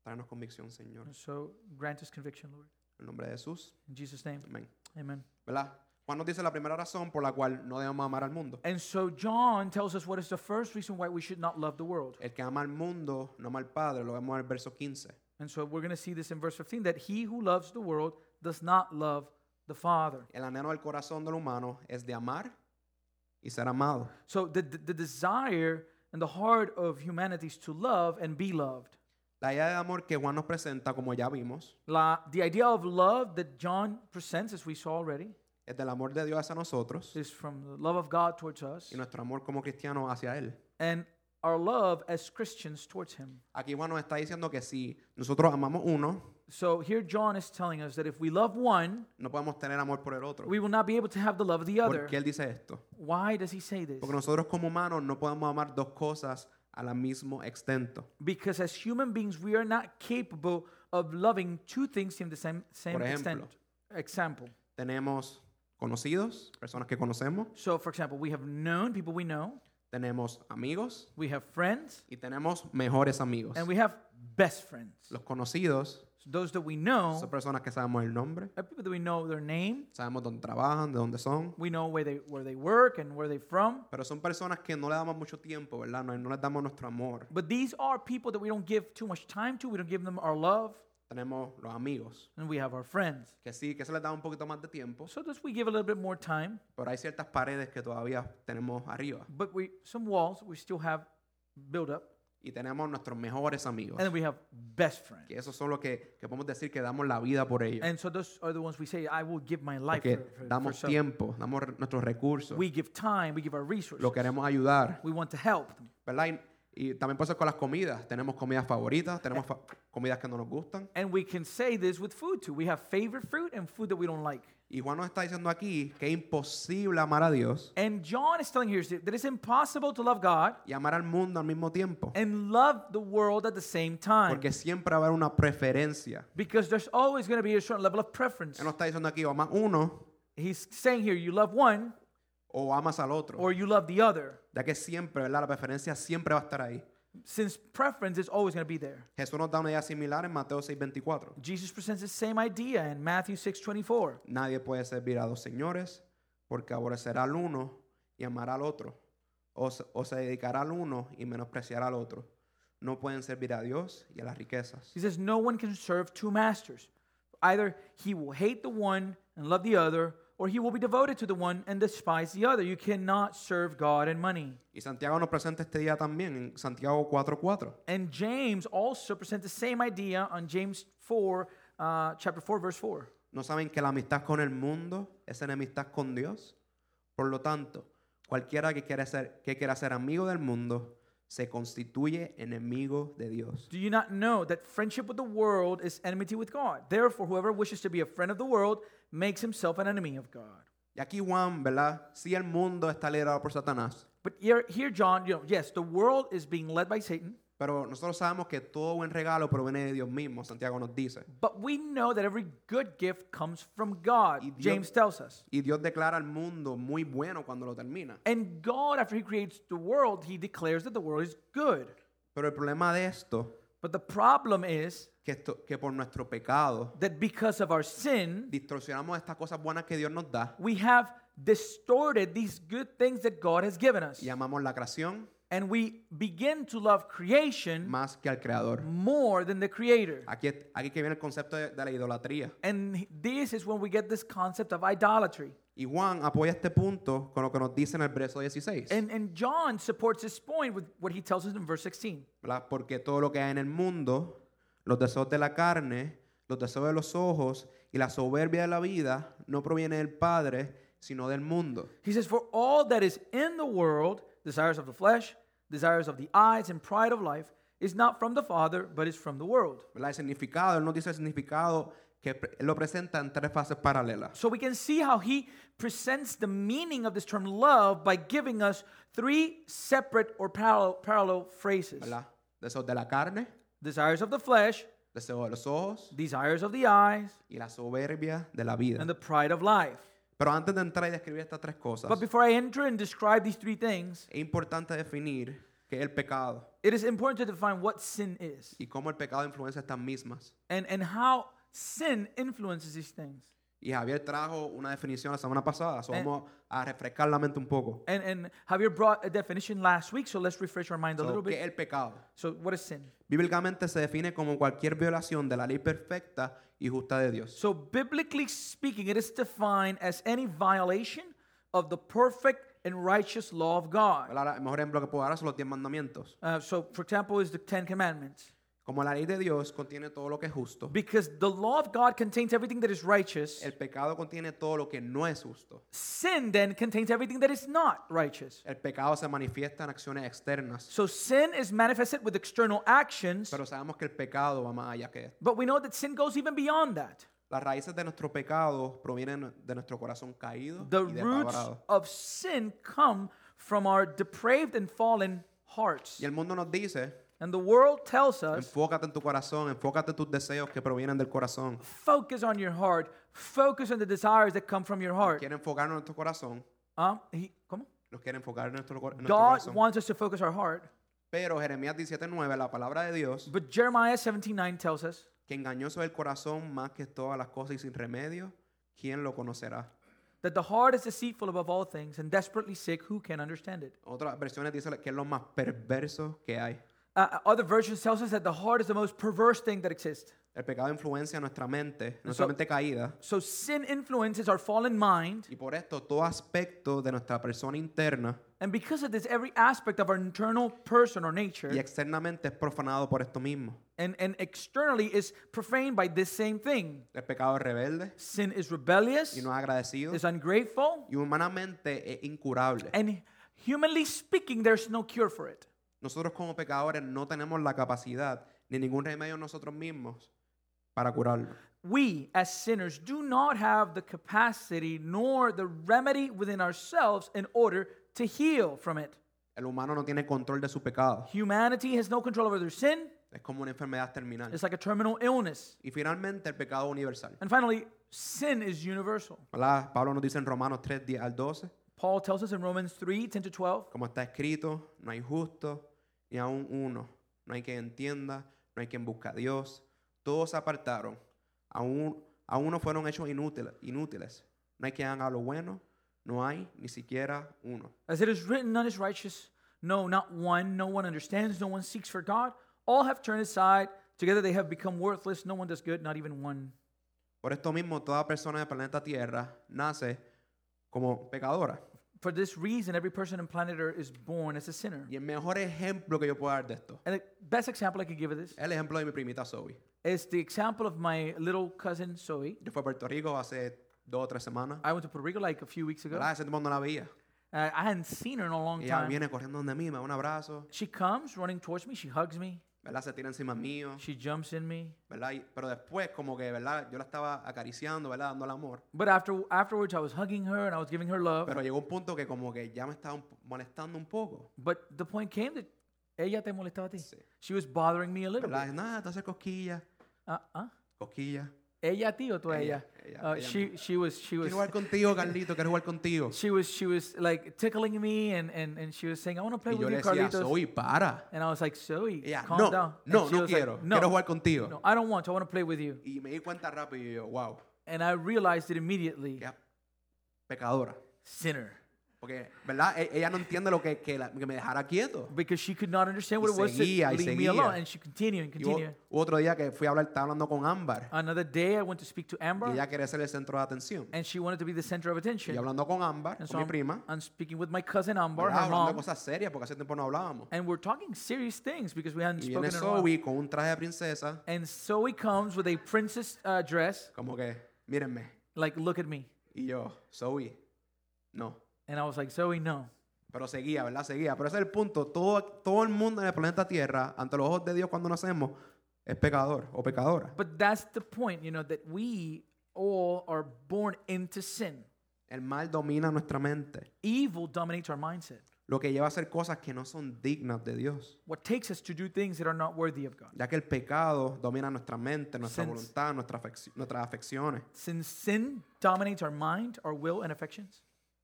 B: Traernos convicción, Señor.
A: And so, grant us conviction, Lord.
B: En el nombre de Jesús.
A: In Jesus' name,
B: Amén.
A: amen.
B: ¿Verdad? Juan nos dice la primera razón por la cual no debemos amar al mundo.
A: And so, John tells us what is the first reason why we should not love the world.
B: El que ama al mundo no ama al Padre, lo vemos en el verso 15.
A: And so, we're going to see this in verse 15 that he who loves the world does not love the Father.
B: El anhelo del corazón del humano es de amar y ser amado.
A: So, the, the, the desire and the heart of humanity is to love and be loved.
B: La idea de amor que Juan nos presenta, como ya vimos,
A: La, the idea of love that John presents, as we saw already,
B: es del amor de Dios hacia nosotros
A: is from the love of God towards us
B: y nuestro amor como cristianos hacia Él.
A: and our love as Christians towards Him.
B: Aquí Juan nos está diciendo que si nosotros amamos uno,
A: So here John is telling us that if we love one,
B: no podemos tener amor por el otro.
A: we will not be able to have the love of the
B: ¿Por
A: other.
B: qué él dice esto?
A: Why does he say this?
B: Porque nosotros como humanos no podemos amar dos cosas al mismo extento.
A: Because as human beings, we are not capable of loving two things in the same, same
B: Por ejemplo.
A: extent. Example.
B: Tenemos conocidos, personas que conocemos,
A: So, for example, we have known people we know,
B: tenemos amigos
A: we have friends,
B: y tenemos mejores amigos.
A: and we have best friends.
B: Los conocidos
A: So those that we
B: son
A: know
B: personas que sabemos el nombre,
A: are people that we know their name,
B: sabemos dónde trabajan, de dónde son,
A: we know where they where they work and where they're from.
B: pero son personas que no le damos mucho tiempo, ¿verdad? No, no les damos nuestro amor.
A: But these are people that we don't give too much time to. We don't give them our love,
B: Tenemos los amigos,
A: and we have our friends.
B: que sí, que se les da un poquito más de tiempo,
A: So thus we give a little bit more time,
B: pero hay ciertas paredes que todavía tenemos arriba.
A: but we some walls we still have build up,
B: Y tenemos nuestros mejores amigos.
A: and then we have best friends.
B: que esos son los que, que podemos decir que damos la vida por ellos.
A: And so those are the ones we say, "I will give my life
B: Porque
A: for, for, for
B: damos
A: some."
B: tiempo, damos re- nuestros recursos,
A: We give time, we give our resources.
B: lo queremos ayudar,
A: We want to help them.
B: ¿verdad? Y, y también pasa con las comidas. Tenemos comidas favoritas, tenemos fa- comidas que no nos gustan.
A: And we can say this with food too. We have favorite food and food that we don't like.
B: Y Juan nos está diciendo aquí que es imposible amar a Dios
A: And John is telling here that it's impossible to love God
B: y amar al mundo al mismo tiempo.
A: and love the world at the same time.
B: Porque siempre va a haber una preferencia.
A: Because there's always going to be a certain level of preference.
B: Él nos está diciendo aquí o amas uno
A: He's saying here, you love one
B: o amas al otro.
A: or you love the other.
B: Ya que siempre, ¿verdad? La preferencia siempre va a estar ahí.
A: Since preference is always going to be there.
B: Jesús nos da una idea similar en Mateo 6:24.
A: Jesus presents the same idea in Matthew 6:24.
B: Nadie puede servir a dos señores, porque aborrecerá al uno y amará al otro, o, se- o se dedicará al uno y menospreciará al otro. No pueden servir a Dios y a las riquezas.
A: He says, No one can serve two masters. Either he will hate the one and love the other, or he will be devoted to the one and despise the other. You cannot serve God and money.
B: Y Santiago nos presenta este día también en Santiago 4:4.
A: And James also presents the same idea on James 4, uh, chapter 4, verse 4.
B: ¿No saben que la amistad con el mundo es enemistad con Dios? Por lo tanto, cualquiera que quiera ser, que quiera ser amigo del mundo se constituye enemigo de Dios.
A: Do you not know that friendship with the world is enmity with God? Therefore, whoever wishes to be a friend of the world makes himself an enemy of God.
B: Y aquí Juan, ¿verdad? Si el mundo está liderado por Satanás,
A: But here, here John, you know, yes, the world is being led by Satan,
B: pero nosotros sabemos que todo buen regalo proviene de Dios mismo, Santiago nos dice.
A: but we know that every good gift comes from God,
B: Y Dios-
A: James tells us.
B: Y Dios declara al mundo muy bueno cuando lo termina.
A: And God, after He creates the world, He declares that the world is good.
B: Pero el problema de esto,
A: But the problem is
B: que, esto, que por nuestro pecado
A: that because of our sin,
B: distorsionamos estas cosas buenas que Dios nos da
A: we have distorted these good things that God has given us.
B: y amamos la creación
A: And we begin to love creation
B: más que al Creador.
A: more than the Creator.
B: Aquí, es- aquí que viene el concepto de, de la idolatría.
A: And he- this is when we get this concept of idolatry.
B: Y Juan apoya este punto con lo que nos dice en el verso 16.
A: And, and John supports this point with what he tells us in verse 16.
B: ¿verdad? Porque todo lo que hay en el mundo, los deseos de la carne, los deseos de los ojos y la soberbia de la vida no proviene del Padre, sino del mundo.
A: He says, For all that is in the world, desires of the flesh, desires of the eyes, and pride of life, is not from the Father, but is from the world.
B: ¿verdad? El significado, él nos dice el significado que pre- él lo presenta en tres fases paralelas.
A: So we can see how he presents the meaning of this term love by giving us three separate or parallel, parallel phrases
B: ¿verdad? Deseos de la carne,
A: desires of the flesh,
B: deseos de los ojos
A: desires of the eyes,
B: y la soberbia de la
A: and
B: vida.
A: the pride of life.
B: Pero antes de entrar y describir estas tres cosas,
A: But before I enter and describe these three things,
B: es importante definir qué es el pecado
A: it is important to define what sin is
B: y cómo el pecado influencia estas mismas.
A: and, and how sin influences these things.
B: Y Javier trajo una definición la semana pasada,
A: Eh.
B: so vamos a refrescar la mente un poco.
A: And, and Javier brought a definition last week, so let's refresh our mind a
B: So,
A: little
B: ¿Qué es
A: bit.
B: el pecado?
A: So, what is sin?
B: Bíblicamente se define como cualquier violación de la ley perfecta y justa de Dios.
A: So, biblically speaking, it is defined as any violation of the perfect and righteous law of God.
B: ¿Verdad? El mejor ejemplo que puedo dar son los diez mandamientos.
A: Uh, so, for example, is the Ten Commandments.
B: Como la ley de Dios contiene todo lo que es justo,
A: Because the law of God contains everything that is righteous,
B: el pecado contiene todo lo que no es justo.
A: sin then contains everything that is not righteous.
B: El pecado se manifiesta en acciones externas,
A: So, sin is manifested with external actions,
B: pero sabemos que el pecado va más allá que esto.
A: but we know that sin goes even beyond that.
B: Las raíces de nuestro pecado provienen de nuestro corazón caído
A: The
B: y
A: roots
B: depravado.
A: of sin come from our depraved and fallen hearts.
B: Y el mundo nos dice
A: And the world tells us
B: Enfócate en tu corazón, enfócate en tus deseos que provienen del corazón.
A: focus on your heart, focus on the desires that come from your heart.
B: Quiere enfocarnos en nuestro corazón,
A: Uh, he, come on.
B: nos quiere enfocar en nuestro, cor- en nuestro
A: God
B: corazón.
A: wants us to focus our heart.
B: Pero Jeremías 17:9, la palabra de Dios,
A: But Jeremiah 79 tells us
B: que engañoso es el corazón más que todas las cosas y sin remedio, ¿quién lo conocerá?
A: that the heart is deceitful above all things and desperately sick. Who can understand it?
B: Otras versiones dicen que es lo más perverso que hay.
A: Uh, uh, other versions tells us that the heart is the most perverse thing that exists.
B: El pecado influencia nuestra mente, nuestra
A: So-
B: mente caída.
A: So sin influences our fallen mind,
B: Y por esto todo aspecto de nuestra persona interna
A: and because of this, every aspect of our internal person or
B: y
A: nature
B: externamente es profanado por esto mismo.
A: and, and externally is profaned by this same thing.
B: El pecado es rebelde
A: Sin is rebellious,
B: y no es agradecido.
A: is ungrateful,
B: y humanamente es incurable.
A: And humanly speaking, there's no cure for it.
B: Nosotros como pecadores no tenemos la capacidad ni ningún remedio nosotros mismos para curarlo.
A: We, as sinners, do not have the capacity nor the remedy within ourselves in order to heal from it.
B: El humano no tiene control de su pecado.
A: Humanity has no control over their sin.
B: Es como una enfermedad terminal.
A: It's like a terminal illness.
B: Y finalmente el pecado universal.
A: And finally, sin is universal.
B: ¿Verdad? Pablo nos dice en Romanos 3, 10 al 12,
A: Paul tells us in Romans 3 10 to 12,
B: como está escrito, no hay justo, y aún uno. No hay quien entienda, no hay quien busca a Dios. Todos se apartaron. Aún, aún uno fueron hechos inútil- inútiles. No hay quien haga lo bueno, no hay ni siquiera uno.
A: As it is written, none is righteous. No, not one. No one understands. No one seeks for God. All have turned aside. Together they have become worthless. No one does good, not even one.
B: Por esto mismo, toda persona del planeta Tierra nace como pecadora.
A: For this reason, every person on planet Earth is born as a sinner.
B: Y el mejor ejemplo que yo puedo dar de esto
A: And the best example I could give of this
B: es el ejemplo de mi primita Zoe.
A: is the example of my little cousin Zoe.
B: Yo fui a Puerto Rico hace dos o tres semanas.
A: I went to Puerto Rico like a few weeks ago.
B: ¿Verdad? Ese tiempo no la veía.
A: Uh, I hadn't seen her in a long
B: Y ella
A: time.
B: viene corriendo donde mí, me da un abrazo,
A: She comes running towards me. She hugs me.
B: ¿verdad? Se tira encima mío,
A: She jumps in me.
B: ¿verdad? Y- pero después, como que, ¿verdad? Yo la estaba acariciando, ¿verdad? Dándole amor.
A: But after afterwards, I was hugging her and I was giving her love.
B: Pero llegó un punto que como que ya me estaba un- molestando un poco,
A: But the point came that ella te molestaba a ti.
B: Sí.
A: She was bothering me a little
B: ¿verdad?
A: bit.
B: Y Nada, te hace cosquillas,
A: Uh, uh.
B: cosquillas.
A: Ella a ti o tú a ella?
B: Ella, ella,
A: Uh,
B: ella
A: she, she was, she
B: Quiero
A: was,
B: jugar contigo, Carlito, quiero jugar contigo.
A: she was, she was like tickling me and, and, and she was saying, I want to play
B: Y yo
A: with
B: le
A: you,
B: decía,
A: Carlitos.
B: soy para.
A: And I was like, Zoe,
B: Ella,
A: calm
B: no,
A: down. And
B: no,
A: she
B: no
A: was like,
B: quiero,
A: no,
B: quiero jugar contigo.
A: no, I don't want to. I want to play with you.
B: Y me di cuenta rápido y yo, wow,
A: And I realized it immediately.
B: ella pecadora.
A: Sinner.
B: Porque, ¿verdad? E- Ella no entiende lo que, que, la- que me dejara quieto.
A: Because she could not understand what
B: Y
A: it was to
B: seguía, y
A: leave me alone.
B: seguía.
A: And she continued and
B: Y hubo-
A: continued.
B: hubo otro día que fui a hablar, estaba hablando con Ámbar.
A: Another day, I went to speak to
B: Y
A: Amber.
B: ella quería ser el centro de atención.
A: And she wanted to be the center of
B: Y
A: attention.
B: hablando con Ámbar,
A: And
B: con
A: so
B: mi
A: I'm-
B: prima,
A: I'm speaking with my cousin Amber,
B: ¿verdad?
A: her
B: hablando de
A: mom.
B: cosas serias porque hace tiempo no hablábamos.
A: And we're talking serious things because we hadn't
B: Y
A: spoken
B: viene
A: in a while.
B: Zoe con un traje de princesa,
A: And so he comes with a princess uh, dress,
B: como que, mírenme.
A: like, look at me.
B: Y yo, Zoe, no.
A: And I was like, Zoe, no.
B: Pero seguía, ¿verdad? Seguía. Pero ese es el punto. Todo, todo el mundo en el planeta Tierra, ante los ojos de Dios cuando nacemos, es pecador o pecadora.
A: But that's the point, you know, that we all are born into sin.
B: El mal domina nuestra mente,
A: Evil dominates our mindset,
B: lo que lleva a hacer cosas que no son dignas de Dios.
A: what takes us to do things that are not worthy of God.
B: ya que el pecado domina nuestra mente, nuestra
A: Since-
B: voluntad, nuestra afec- nuestras afecciones.
A: Since sin dominates our mind, our will, and affections.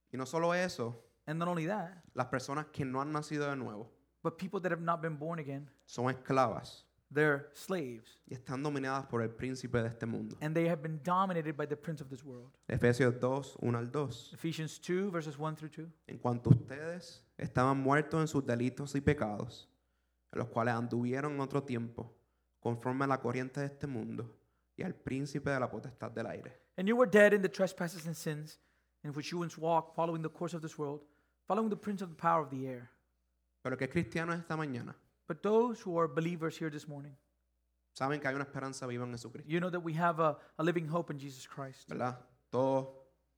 B: Y no solo eso,
A: And not only that,
B: las personas que no han nacido de nuevo
A: but people that have not been born again,
B: son esclavas
A: they're slaves.
B: y están dominadas por el príncipe de este mundo.
A: And they have been dominated by the prince of this world.
B: Efesios 2, 1 al 2.
A: Ephesians 2, verses 1 through 2.
B: En cuanto a ustedes estaban muertos en sus delitos y pecados, en los cuales anduvieron en otro tiempo, conforme a la corriente de este mundo y al príncipe de la potestad del aire,
A: And you were dead in the trespasses and sins in which you once walked, following the course of this world, following the prince of the power of the air.
B: pero que cristianos esta mañana
A: But those who are believers here this morning,
B: saben que hay una esperanza viva en Jesucristo.
A: you know that we have a, a living hope in Jesus Christ.
B: ¿verdad? Todos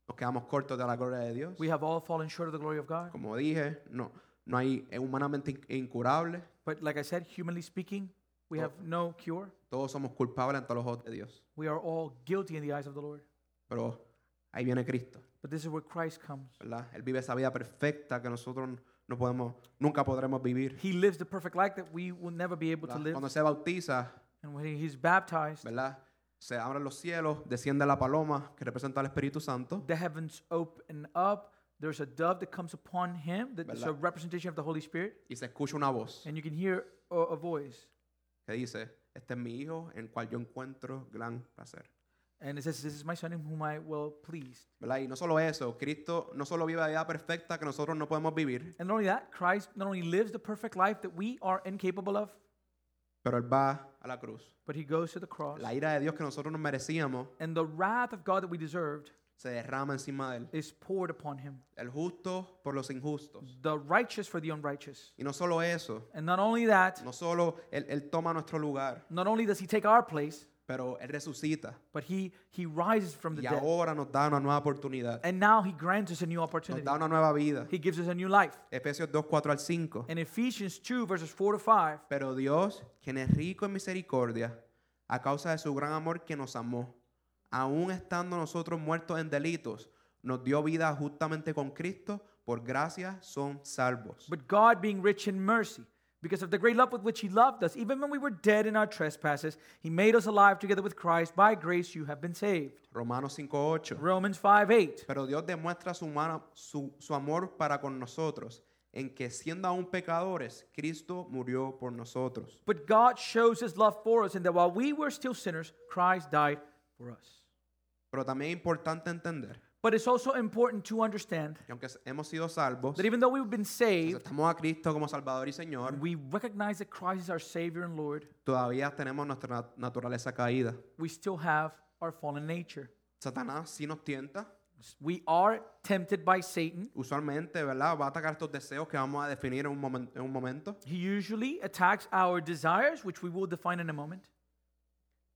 B: nos quedamos cortos de la gloria de Dios.
A: We have all fallen short of the glory of God.
B: Como dije, no, no hay es humanamente in- incurable.
A: But like I said, humanly speaking, we
B: Oh.
A: have no cure.
B: Todos somos culpables ante los ojos de Dios.
A: We are all guilty in the eyes of the Lord.
B: Pero ahí viene Cristo,
A: But this is where Christ comes.
B: ¿verdad? Él vive esa vida perfecta que nosotros no podemos, nunca podremos vivir.
A: He lives the perfect life that we will never be able to
B: ¿verdad?
A: live.
B: Cuando se bautiza,
A: And when he's baptized,
B: ¿verdad? Se abren los cielos, desciende la paloma que representa al Espíritu Santo.
A: the heavens open up. There's a dove that comes upon him. That is a
B: ¿Verdad?
A: representation of the Holy Spirit.
B: Y se escucha una voz
A: And you can hear a, a voice.
B: que dice, este es mi hijo en el cual yo encuentro gran placer.
A: And it says, This is my son in whom I will please.
B: ¿verdad? Y no solo eso, Cristo no solo vive la vida perfecta que nosotros no podemos vivir,
A: And not only that, Christ not only lives the perfect life that we are incapable of,
B: pero Él va a la cruz.
A: but he goes to the cross.
B: La ira de Dios que nosotros nos merecíamos
A: And the wrath of God that we deserved
B: se derrama encima de Él.
A: is poured upon him.
B: El justo por los injustos.
A: The righteous for the unrighteous.
B: Y no solo eso,
A: And not only that,
B: no solo Él, Él toma nuestro lugar,
A: not only does he take our place,
B: pero Él resucita.
A: but he, he rises from the
B: Y
A: dead.
B: ahora nos da una nueva oportunidad,
A: And now he grants us a new
B: nos
A: opportunity.
B: da una nueva vida.
A: He gives us a new life.
B: Efesios 2, 4 al 5.
A: In Ephesians 2, verses 4 to 5,
B: Pero Dios, quien es rico en misericordia, a causa de su gran amor que nos amó, aun estando nosotros muertos en delitos, nos dio vida justamente con Cristo, por gracia son salvos.
A: But God, being rich in mercy, because of the great love with which He loved us, even when we were dead in our trespasses, He made us alive together with Christ. By grace you have been saved.
B: Romanos 5:8.
A: Romans 5 8.
B: Pero Dios demuestra su, humana- su- su amor para con nosotros, en que siendo aún pecadores, Cristo murió por nosotros.
A: But God shows his love for us in that while we were still sinners, Christ died for us.
B: Pero también es importante entender
A: But it's also important to understand
B: que aunque hemos sido salvos,
A: that even though we've been saved,
B: aceptamos a Cristo como Salvador y Señor,
A: we recognize that Christ is our Savior and Lord.
B: todavía tenemos nuestra nat- naturaleza caída.
A: We still have our fallen nature.
B: Satanás sí nos tienta,
A: We are tempted by Satan.
B: usualmente, ¿verdad? Va a atacar estos deseos que vamos a definir en un, momen- en un momento.
A: He usually attacks our desires, which we will define in a moment.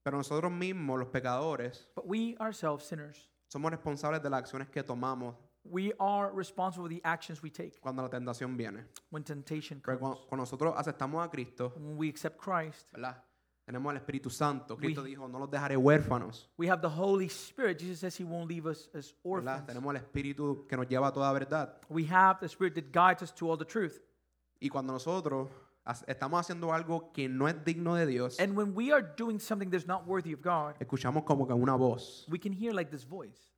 B: Pero nosotros mismos, los pecadores,
A: But we ourselves, sinners,
B: somos responsables de las acciones que tomamos
A: we are responsible for the actions we take
B: cuando la tentación viene.
A: when temptation
B: Pero
A: comes.
B: cuando, cuando nosotros aceptamos a Cristo,
A: When we accept Christ,
B: ¿verdad? Tenemos al Espíritu Santo. Cristo
A: We-
B: dijo, no los dejaré huérfanos.
A: we have the Holy Spirit. Jesus says he won't leave us as
B: ¿verdad?
A: orphans.
B: Tenemos al Espíritu que nos lleva a toda verdad.
A: We have the Spirit that guides us to all the truth.
B: Y cuando nosotros ha- estamos haciendo algo que no es digno de Dios,
A: And when we are doing something that's not worthy of God,
B: escuchamos como que una voz.
A: we can hear like this voice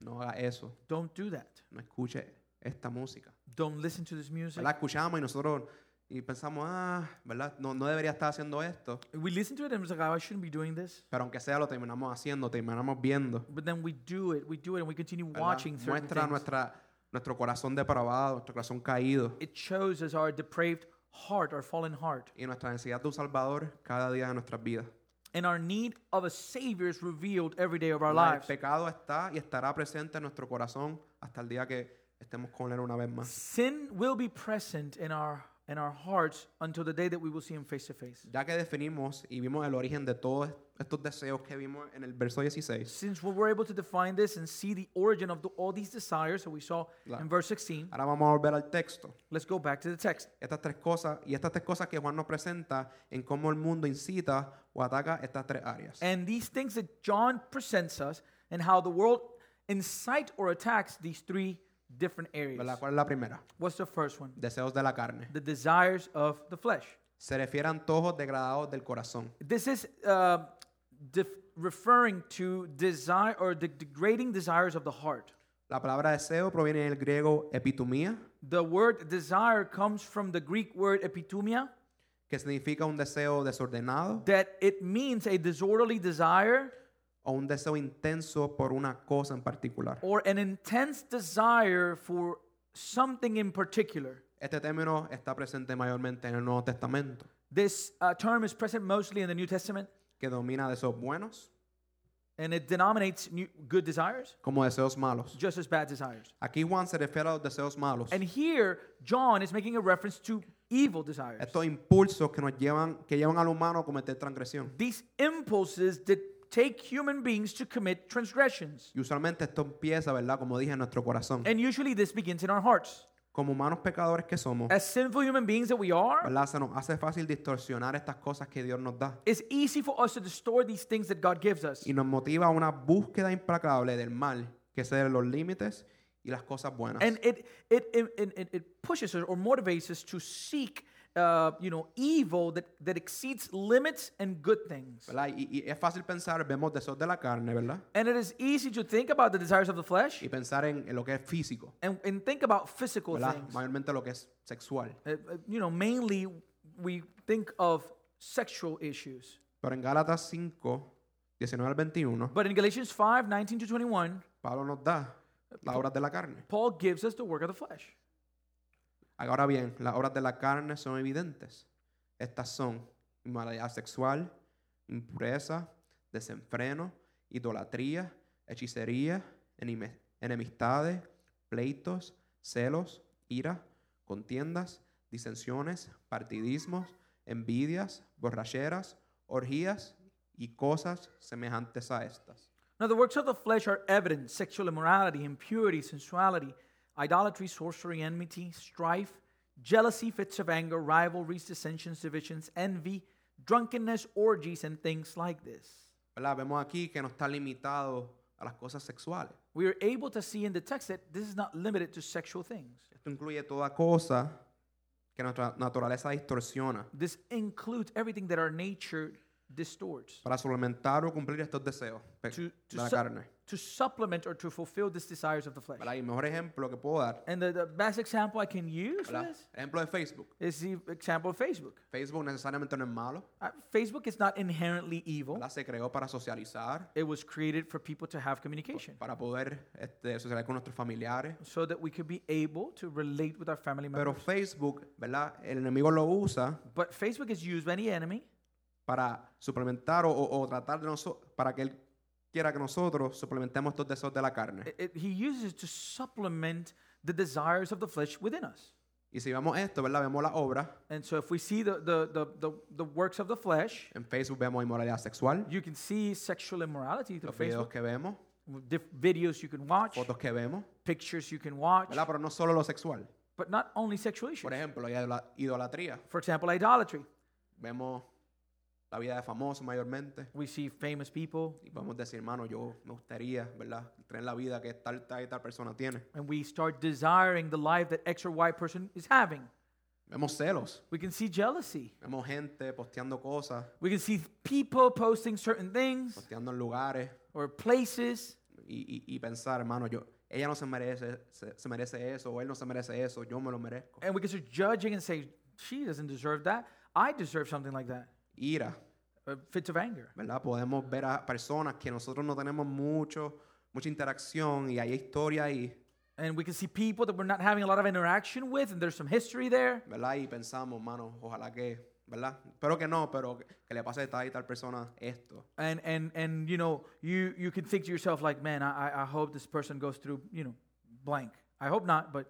B: No haga eso.
A: Don't do that.
B: No escuche esta música.
A: Don't listen to this music.
B: La escuchamos y nosotros y pensamos, ah, ¿verdad? No, no debería estar haciendo esto.
A: We listen to it and it's like, "Oh, I shouldn't be doing this.
B: Pero aunque sea, lo terminamos haciendo, terminamos viendo.
A: But then we do it, we do it, and we continue
B: ¿verdad?
A: watching certain
B: Muestra
A: things.
B: nuestra, nuestro corazón depravado, nuestro corazón caído
A: It shows us our depraved heart, our fallen heart.
B: y nuestra necesidad de un Salvador cada día de nuestras vidas.
A: And our need of a Savior is revealed every day of our
B: ¿verdad? El
A: lives.
B: pecado está y estará presente en nuestro corazón hasta el día que estemos con Él una vez más.
A: Sin will be present in our in our hearts until the day that we will see him face to face.
B: Ya que definimos y vimos el origen de todos estos deseos que vimos en el verso 16,
A: Since we were able to define this and see the origin of the, all these desires that we saw
B: La-
A: in verse 16,
B: ahora vamos a volver al texto.
A: let's go back to the text.
B: Estas tres cosas y estas tres cosas que Juan nos presenta en cómo el mundo incita o ataca estas tres áreas.
A: And these things that John presents us and how the world incites or attacks these three different areas.
B: ¿Verdad? ¿Cuál es la primera?
A: What's the first one?
B: Deseos de la carne.
A: The desires of the flesh.
B: Se refiere a antojos degradados del corazón.
A: This is uh, def- referring to desire or the degrading desires of the heart.
B: La palabra deseo proviene del griego epitumía,
A: The word desire comes from the Greek word epitumia,
B: que significa un deseo desordenado
A: that it means a disorderly desire
B: o un deseo intenso por una cosa en particular.
A: or an intense desire for something in particular.
B: Este término está presente mayormente en el Nuevo Testamento,
A: This uh, term is present mostly in the New Testament
B: que domina deseos buenos
A: and it denominates new, good desires
B: como deseos malos.
A: just as bad desires.
B: Aquí Juan se refiere a los deseos malos,
A: And here, John is making a reference to evil desires.
B: estos impulsos que nos llevan, que llevan al humano a cometer transgresión.
A: These impulses that take human beings to commit transgressions.
B: Y usualmente esto empieza, ¿verdad? Como dije, en nuestro corazón.
A: And usually this begins in our hearts.
B: Como humanos pecadores que somos,
A: As sinful human beings that we are,
B: ¿verdad? Se nos hace fácil distorsionar estas cosas que Dios nos da.
A: it's easy for us to distort these things that God gives us.
B: Y nos motiva a una búsqueda implacable del mal, que sea los límites y las cosas buenas.
A: And it, it, it, it, it- it pushes us or motivates us to seek uh, you know, evil that, that exceeds limits and good things.
B: ¿verdad? Y, y es fácil pensar, vemos deseos de la carne, ¿verdad?
A: And it is easy to think about the desires of the flesh
B: Y pensar en, en lo que es físico,
A: and, and think about physical
B: ¿verdad?
A: things.
B: Mayormente lo que es sexual.
A: Uh, uh, you know, mainly we think of sexual issues.
B: Pero en Gálatas 5, 19 al 21,
A: But in Galatians 5 19 to 21,
B: Pablo nos da las obras de la carne.
A: Paul gives us the work of the flesh.
B: Ahora bien, las obras de la carne son evidentes. Estas son inmoralidad sexual, impureza, desenfreno, idolatría, hechicería, enime- enemistades, pleitos, celos, ira, contiendas, disensiones, partidismos, envidias, borracheras, orgías y cosas semejantes a estas.
A: Now, the works of the flesh are evident sexual immorality, impurity, sensuality, idolatry, sorcery, enmity, strife, jealousy, fits of anger, rivalries, dissensions, divisions, envy, drunkenness, orgies, and things like this.
B: ¿Verdad? Vemos aquí que no está limitado a las cosas sexuales.
A: We are able to see in the text that this is not limited to sexual things.
B: Esto incluye toda cosa que nuestra naturaleza distorsiona,
A: This includes everything that our nature distorts.
B: para suplementar o cumplir estos deseos pe-
A: To,
B: de
A: to,
B: la
A: su-
B: carne.
A: to supplement or to fulfill these desires of the flesh.
B: ¿verdad? Y el mejor ejemplo que puedo dar,
A: And the, the best example I can use for
B: ¿verdad?
A: this
B: ejemplo de Facebook.
A: is the example of Facebook.
B: Facebook necesariamente no es malo,
A: Uh, Facebook is not inherently evil.
B: ¿verdad? se creó para socializar,
A: It was created for people to have communication
B: para poder este, socializar con nuestros familiares.
A: so that we could be able to relate with our family
B: Pero
A: members.
B: Facebook, ¿verdad? El enemigo lo usa
A: But Facebook is used by the enemy
B: para suplementar o, o- o tratar de nosotros, para que él quiera que nosotros suplementemos estos deseos de la carne.
A: It- it- he uses it to supplement the desires of the flesh within us.
B: Y si vemos esto, ¿verdad? Vemos las obras.
A: And so if we see the, the, the, the, the works of the flesh,
B: En Facebook vemos inmoralidad sexual,
A: you can see sexual immorality through
B: los videos
A: Facebook,
B: que vemos,
A: diff- videos you can watch,
B: fotos que vemos,
A: pictures you can watch,
B: ¿verdad? Pero no solo lo sexual.
A: but not only sexual issues.
B: Por ejemplo, la idola- idolatría.
A: For example, idolatry.
B: Vemos la vida de famosos mayormente.
A: We see famous people
B: Y podemos decir, hermano, yo me gustaría, ¿verdad? Tener la vida que tal, tal y tal persona tiene.
A: and we start desiring the life that X or Y person is having.
B: Vemos celos.
A: We can see jealousy.
B: Vemos gente posteando cosas,
A: We can see people posting certain things
B: posteando en lugares.
A: or places
B: y, y- y pensar, hermano, yo, ella no se merece, se, se merece eso, o él no se merece eso, yo me lo merezco.
A: and we can start judging and say, she doesn't deserve that. I deserve something like that.
B: Ira,
A: Uh, fits of anger.
B: ¿verdad? Podemos ver a personas que nosotros no tenemos mucho, mucha interacción y hay historia ahí,
A: And we can see people that we're not having a lot of interaction with, and there's some history there.
B: ¿verdad? Y pensamos, hermano, ojalá que, ¿verdad? Espero que no, pero que, que le pase a tal y tal persona esto.
A: And and and you know, you you can think to yourself like, man, I I- I hope this person goes through, you know, blank. I hope not, but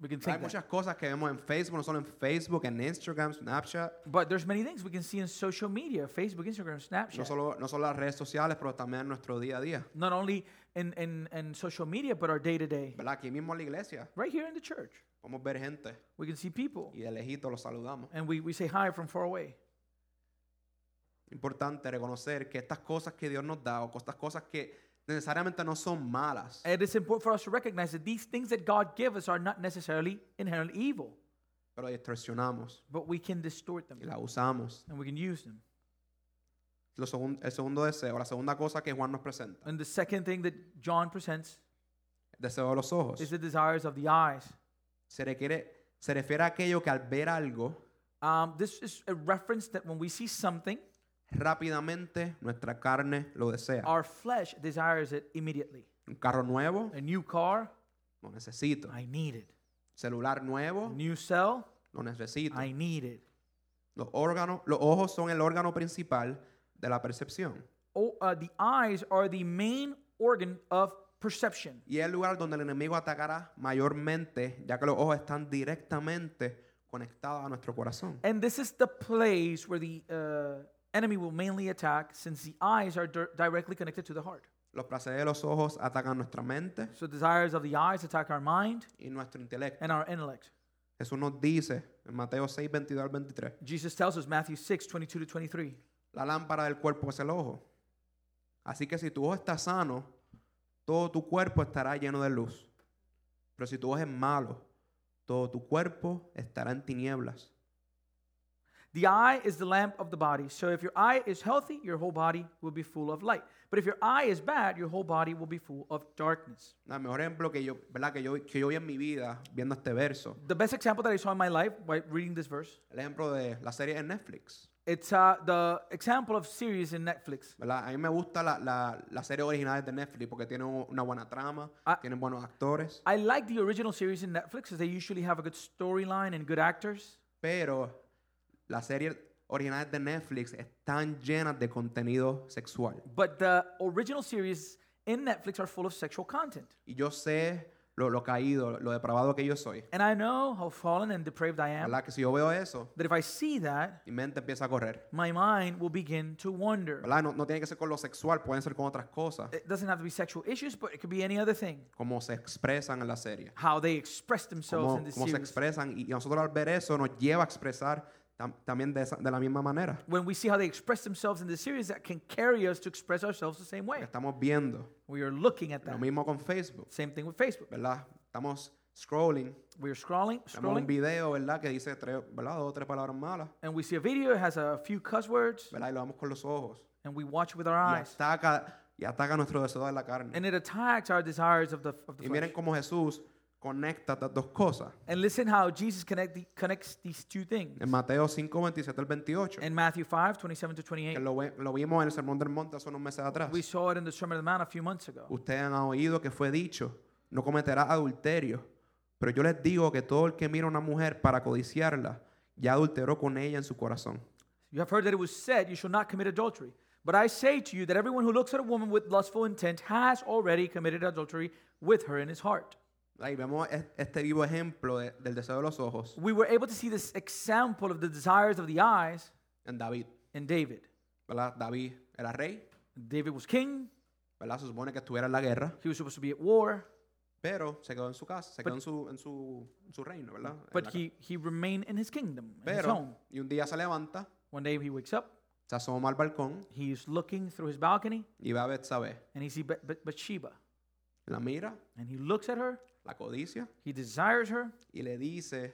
A: we can
B: Hay
A: think. That.
B: muchas cosas que vemos en Facebook, no solo en Facebook, en Instagram, Snapchat,
A: But there's many things we can see in social media, Facebook, Instagram,
B: no
A: Snapchat.
B: solo, no solo las redes sociales, pero también en nuestro día a día,
A: Not only in in, in social media, but our day to day.
B: ¿verdad? Aquí mismo en la iglesia,
A: Right here in the church,
B: podemos ver gente
A: we can see people,
B: y de lejito los saludamos.
A: and we we say hi from far away.
B: importante reconocer que estas cosas que Dios nos da o estas cosas que necesariamente no son malas,
A: And it's important for us to recognize that these things that God gives us are not necessarily inherently evil,
B: pero distorsionamos
A: but we can distort them
B: y las usamos.
A: and we can use them.
B: Lo segun- el segundo deseo, la segunda cosa que Juan nos presenta,
A: And the second thing that John presents
B: el deseo de los ojos,
A: is the desires of the eyes.
B: se, requiere, se refiere a aquello que al ver algo,
A: Um, this is a reference that when we see something,
B: rápidamente nuestra carne lo desea.
A: our flesh desires it immediately.
B: Un carro nuevo,
A: A new car,
B: lo necesito.
A: I need it.
B: Celular
A: A
B: nuevo,
A: new cell,
B: lo necesito.
A: I need it.
B: Los órganos, los ojos son el órgano principal de la percepción
A: Oh, uh, the eyes are the main organ of perception.
B: Y es el lugar donde el enemigo atacará mayormente, ya que los ojos están directamente conectados a nuestro corazón.
A: And this is the place where the uh, enemy will mainly attack since the eyes are dir- directly connected to the heart.
B: Los placeres de los ojos atacan nuestra mente
A: So desires of the eyes attack our mind
B: y nuestro intelecto.
A: and our intellect.
B: Jesús nos dice en Mateo 6, 22 al 23,
A: Jesus tells us, Matthew 6, 22 to 23.
B: la lámpara del cuerpo es el ojo. Así que si tu ojo está sano, todo tu cuerpo estará lleno de luz. Pero si tu ojo es malo, todo tu cuerpo estará en tinieblas.
A: The eye is the lamp of the body. So if your eye is healthy, your whole body will be full of light. But if your eye is bad, your whole body will be full of darkness.
B: El mejor ejemplo que yo, ¿verdad? Que, yo, que yo vi en mi vida viendo este verso,
A: The best example that I saw in my life by reading this verse,
B: el ejemplo de la serie en Netflix.
A: it's uh, the example of series in Netflix.
B: ¿verdad? A mí me gusta la, la, la serie original de Netflix porque tiene u- una buena trama,
A: Ah.
B: tienen buenos actores,
A: I like the original series in Netflix because they usually have a good storyline and good actors.
B: pero las series originales de Netflix están llenas de contenido sexual.
A: But the original series in Netflix are full of sexual content.
B: Y yo sé lo, lo caído, lo depravado que yo soy,
A: And I know how fallen and depraved I am
B: ¿verdad? Que si yo veo eso,
A: that if I see that,
B: mi mente empieza a correr,
A: my mind will begin to wander.
B: ¿verdad? No, no tiene que ser con lo sexual, pueden ser con otras cosas,
A: it doesn't have to be sexual issues, but it could be any other thing.
B: como se expresan en la serie,
A: How they express themselves
B: cómo,
A: in this
B: cómo se
A: series.
B: expresan. Y, y nosotros al ver eso nos lleva a expresar tam- también de, esa- de la misma manera
A: When we see how they express themselves in this series, that can carry us to express ourselves the same way.
B: que estamos viendo.
A: We are looking at
B: Lo
A: that.
B: mismo con Facebook.
A: Same thing with Facebook.
B: ¿verdad? Estamos scrolling,
A: We're scrolling,
B: vemos un
A: scrolling,
B: video, ¿verdad? Que dice tres, ¿verdad? Dos o tres palabras malas,
A: and we see a video. It has a few cuss words,
B: ¿verdad? Y lo vemos con los ojos.
A: and we watch with our
B: Y
A: eyes.
B: ataca, y ataca nuestro deseo de la carne.
A: And it attacks our desires of the, of the
B: Y miren
A: flesh.
B: cómo Jesús conecta estas dos cosas.
A: And listen how Jesus connect the, connects these two things.
B: En Mateo 5, 27 al 28.
A: In Matthew 5, 27 to
B: Que
A: 28,
B: lo, ve- lo vimos en el Sermón del Monte hace unos meses atrás.
A: we saw it in the Sermon on the Mount a few months ago.
B: Ustedes han oído que fue dicho, no cometerás adulterio. Pero yo les digo que todo el que mira a una mujer para codiciarla, ya adulteró con ella en su corazón.
A: You have heard that it was said, You shall not commit adultery. But I say to you that everyone who looks at a woman with lustful intent has already committed adultery with her in his heart.
B: Ahí vemos es- este vivo ejemplo de- del deseo de los ojos
A: We were able to see this example of the desires of the eyes
B: en David.
A: in David.
B: ¿verdad? David era rey,
A: David was king,
B: ¿verdad? se supone que estuviera en la guerra,
A: he was supposed to be at war,
B: pero se quedó en su casa, se quedó en su, en su, en su reino, ¿verdad? En la
A: but
B: ca-
A: he, he remained in his kingdom, in his home.
B: pero, y un día se levanta,
A: One day he wakes up,
B: se asoma al balcón
A: he's looking through his balcony,
B: y va a Betsabé.
A: and he sees Ba- Ba- Bathsheba.
B: La mira,
A: And he looks at her,
B: la codicia
A: he desires her,
B: y le dice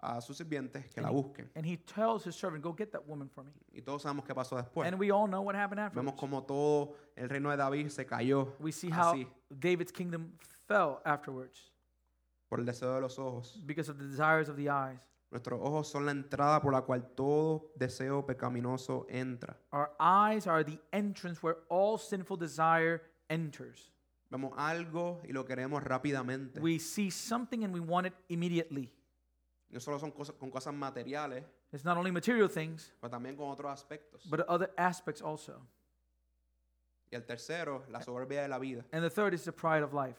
B: a sus sirvientes que la
A: Ujú.
B: busquen.
A: and he tells his servant, Go get that woman for me.
B: Y todos sabemos qué pasó después.
A: and we all know what happened after.
B: Vemos como todo el reino de David se cayó
A: We see how
B: así
A: David's kingdom fell afterwards
B: por el deseo de los ojos.
A: because of the desires of the eyes.
B: Nuestros ojos son la entrada por la cual todo deseo pecaminoso entra.
A: Our eyes are the entrance where all sinful desire enters.
B: Vemos algo y lo queremos rápidamente.
A: We see something and we want it immediately.
B: No solo son cosas, con cosas materiales,
A: It's not only material things,
B: pero también con otros aspectos.
A: but other aspects also.
B: y el tercero, la soberbia de la vida.
A: And the third is the pride of life.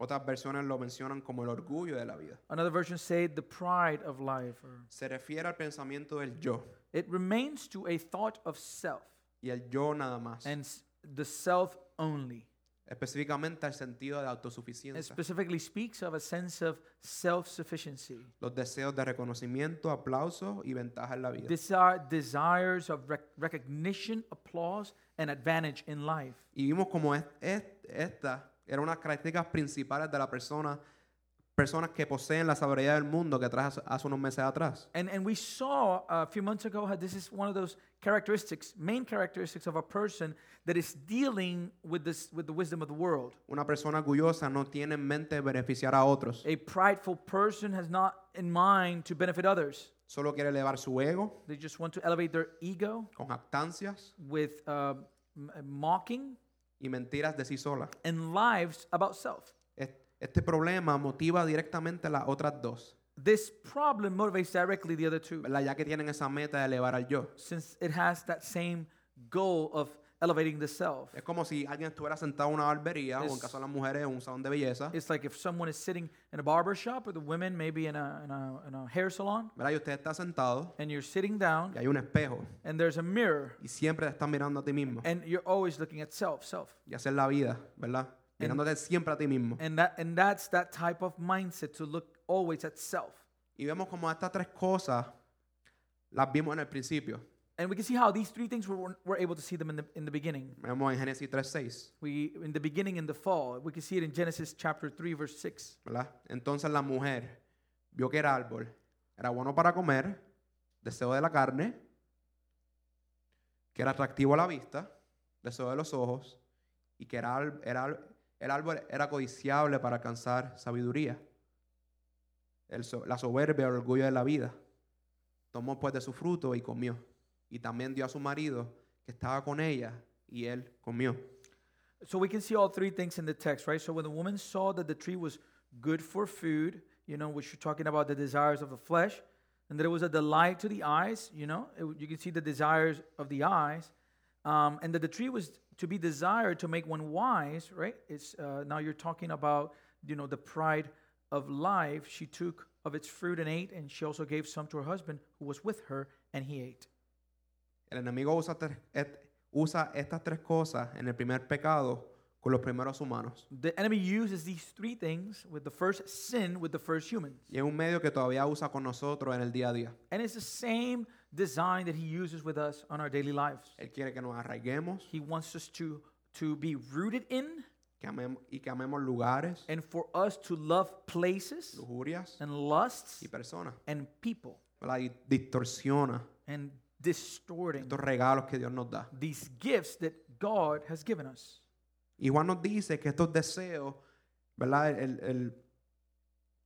B: Otras versiones lo mencionan como el orgullo de la vida.
A: Another version say the pride of life. Or
B: Se refiere al pensamiento del yo
A: it remains to a thought of self
B: y el yo nada más.
A: and s- the self only.
B: específicamente al sentido de
A: It
B: autosuficiencia.
A: specifically speaks of a sense of self-sufficiency.
B: Los deseos de reconocimiento, aplausos y ventaja en la vida.
A: desire, desires of rec- recognition, applause, and advantage in life.
B: Y vimos como es, es- esta era una de las características principales de la persona, personas que poseen la sabiduría del mundo que traje hace- hace unos meses atrás.
A: And, and we saw uh, a few months ago how this is one of those characteristics, main characteristics of a person that is dealing with, this, with the wisdom of the world.
B: Una persona orgullosa no tiene en mente beneficiar a otros,
A: A prideful person has not in mind to benefit others.
B: solo quiere elevar su ego
A: They just want to elevate their ego
B: con jactancias
A: with uh, m- mocking
B: y mentiras de sí sola.
A: and lives about self.
B: Es- Este problema motiva directamente a las otras dos,
A: This problem motivates directly the other two.
B: ¿verdad? ya que tienen esa meta de elevar al yo.
A: since it has that same goal of elevating the self.
B: Es como si alguien estuviera sentado en una barbería o en caso de las mujeres en un salón de belleza.
A: It's like if someone is sitting in a barber shop, or the women maybe in a, in a, in a hair salon,
B: ¿verdad? Y usted está sentado
A: and you're sitting
B: y
A: down
B: hay un espejo
A: and there's a mirror
B: y siempre te estás mirando a ti mismo.
A: and you're always looking at self, self.
B: Y hacer la vida, ¿verdad? Mirándote siempre a ti mismo.
A: And that and that's that type of mindset to look always at self.
B: Y vemos como estas tres cosas las vimos en el principio.
A: And we can see how these three things were, were able to see them in the in the beginning.
B: Vemos en Génesis 3.6,
A: We in the beginning in the fall. We can see it in Genesis chapter 3 verse 6.
B: ¿verdad? Entonces la mujer vio que era árbol, era bueno para comer, deseo de la carne, que era atractivo a la vista, deseo de los ojos, y que era, al- era al- el árbol era codiciable para alcanzar sabiduría. El so- la soberbia, el orgullo de la vida. Tomó pues de su fruto y comió. Y también dio a su marido, que estaba con ella, y él comió.
A: So we can see all three things in the text, right? So when the woman saw that the tree was good for food, you know, which you're talking about the desires of the flesh, and that it was a delight to the eyes, you know, it- you can see the desires of the eyes, um, and that the tree was to be desired to make one wise, right? It's uh, now you're talking about, you know, the pride of life. She took of its fruit and ate, and she also gave some to her husband who was with her, and he ate.
B: El enemigo usa, tres- et- usa estas tres cosas en el primer pecado con los primeros humanos.
A: The enemy uses these three things with the first sin with the first humans.
B: Y es un medio que todavía usa con nosotros en el día a día.
A: And it's the same design that he uses with us on our daily lives.
B: Él quiere que nos arraiguemos,
A: He wants us to, to be rooted in
B: que amem- y que amemos lugares,
A: and for us to love places
B: lujurias
A: and lusts
B: y personas.
A: and people
B: ¿verdad? Y distorsiona
A: and distorting
B: estos regalos que Dios nos da.
A: these gifts that God has given us.
B: Y Juan nos dice que estos deseos, ¿verdad? El, el-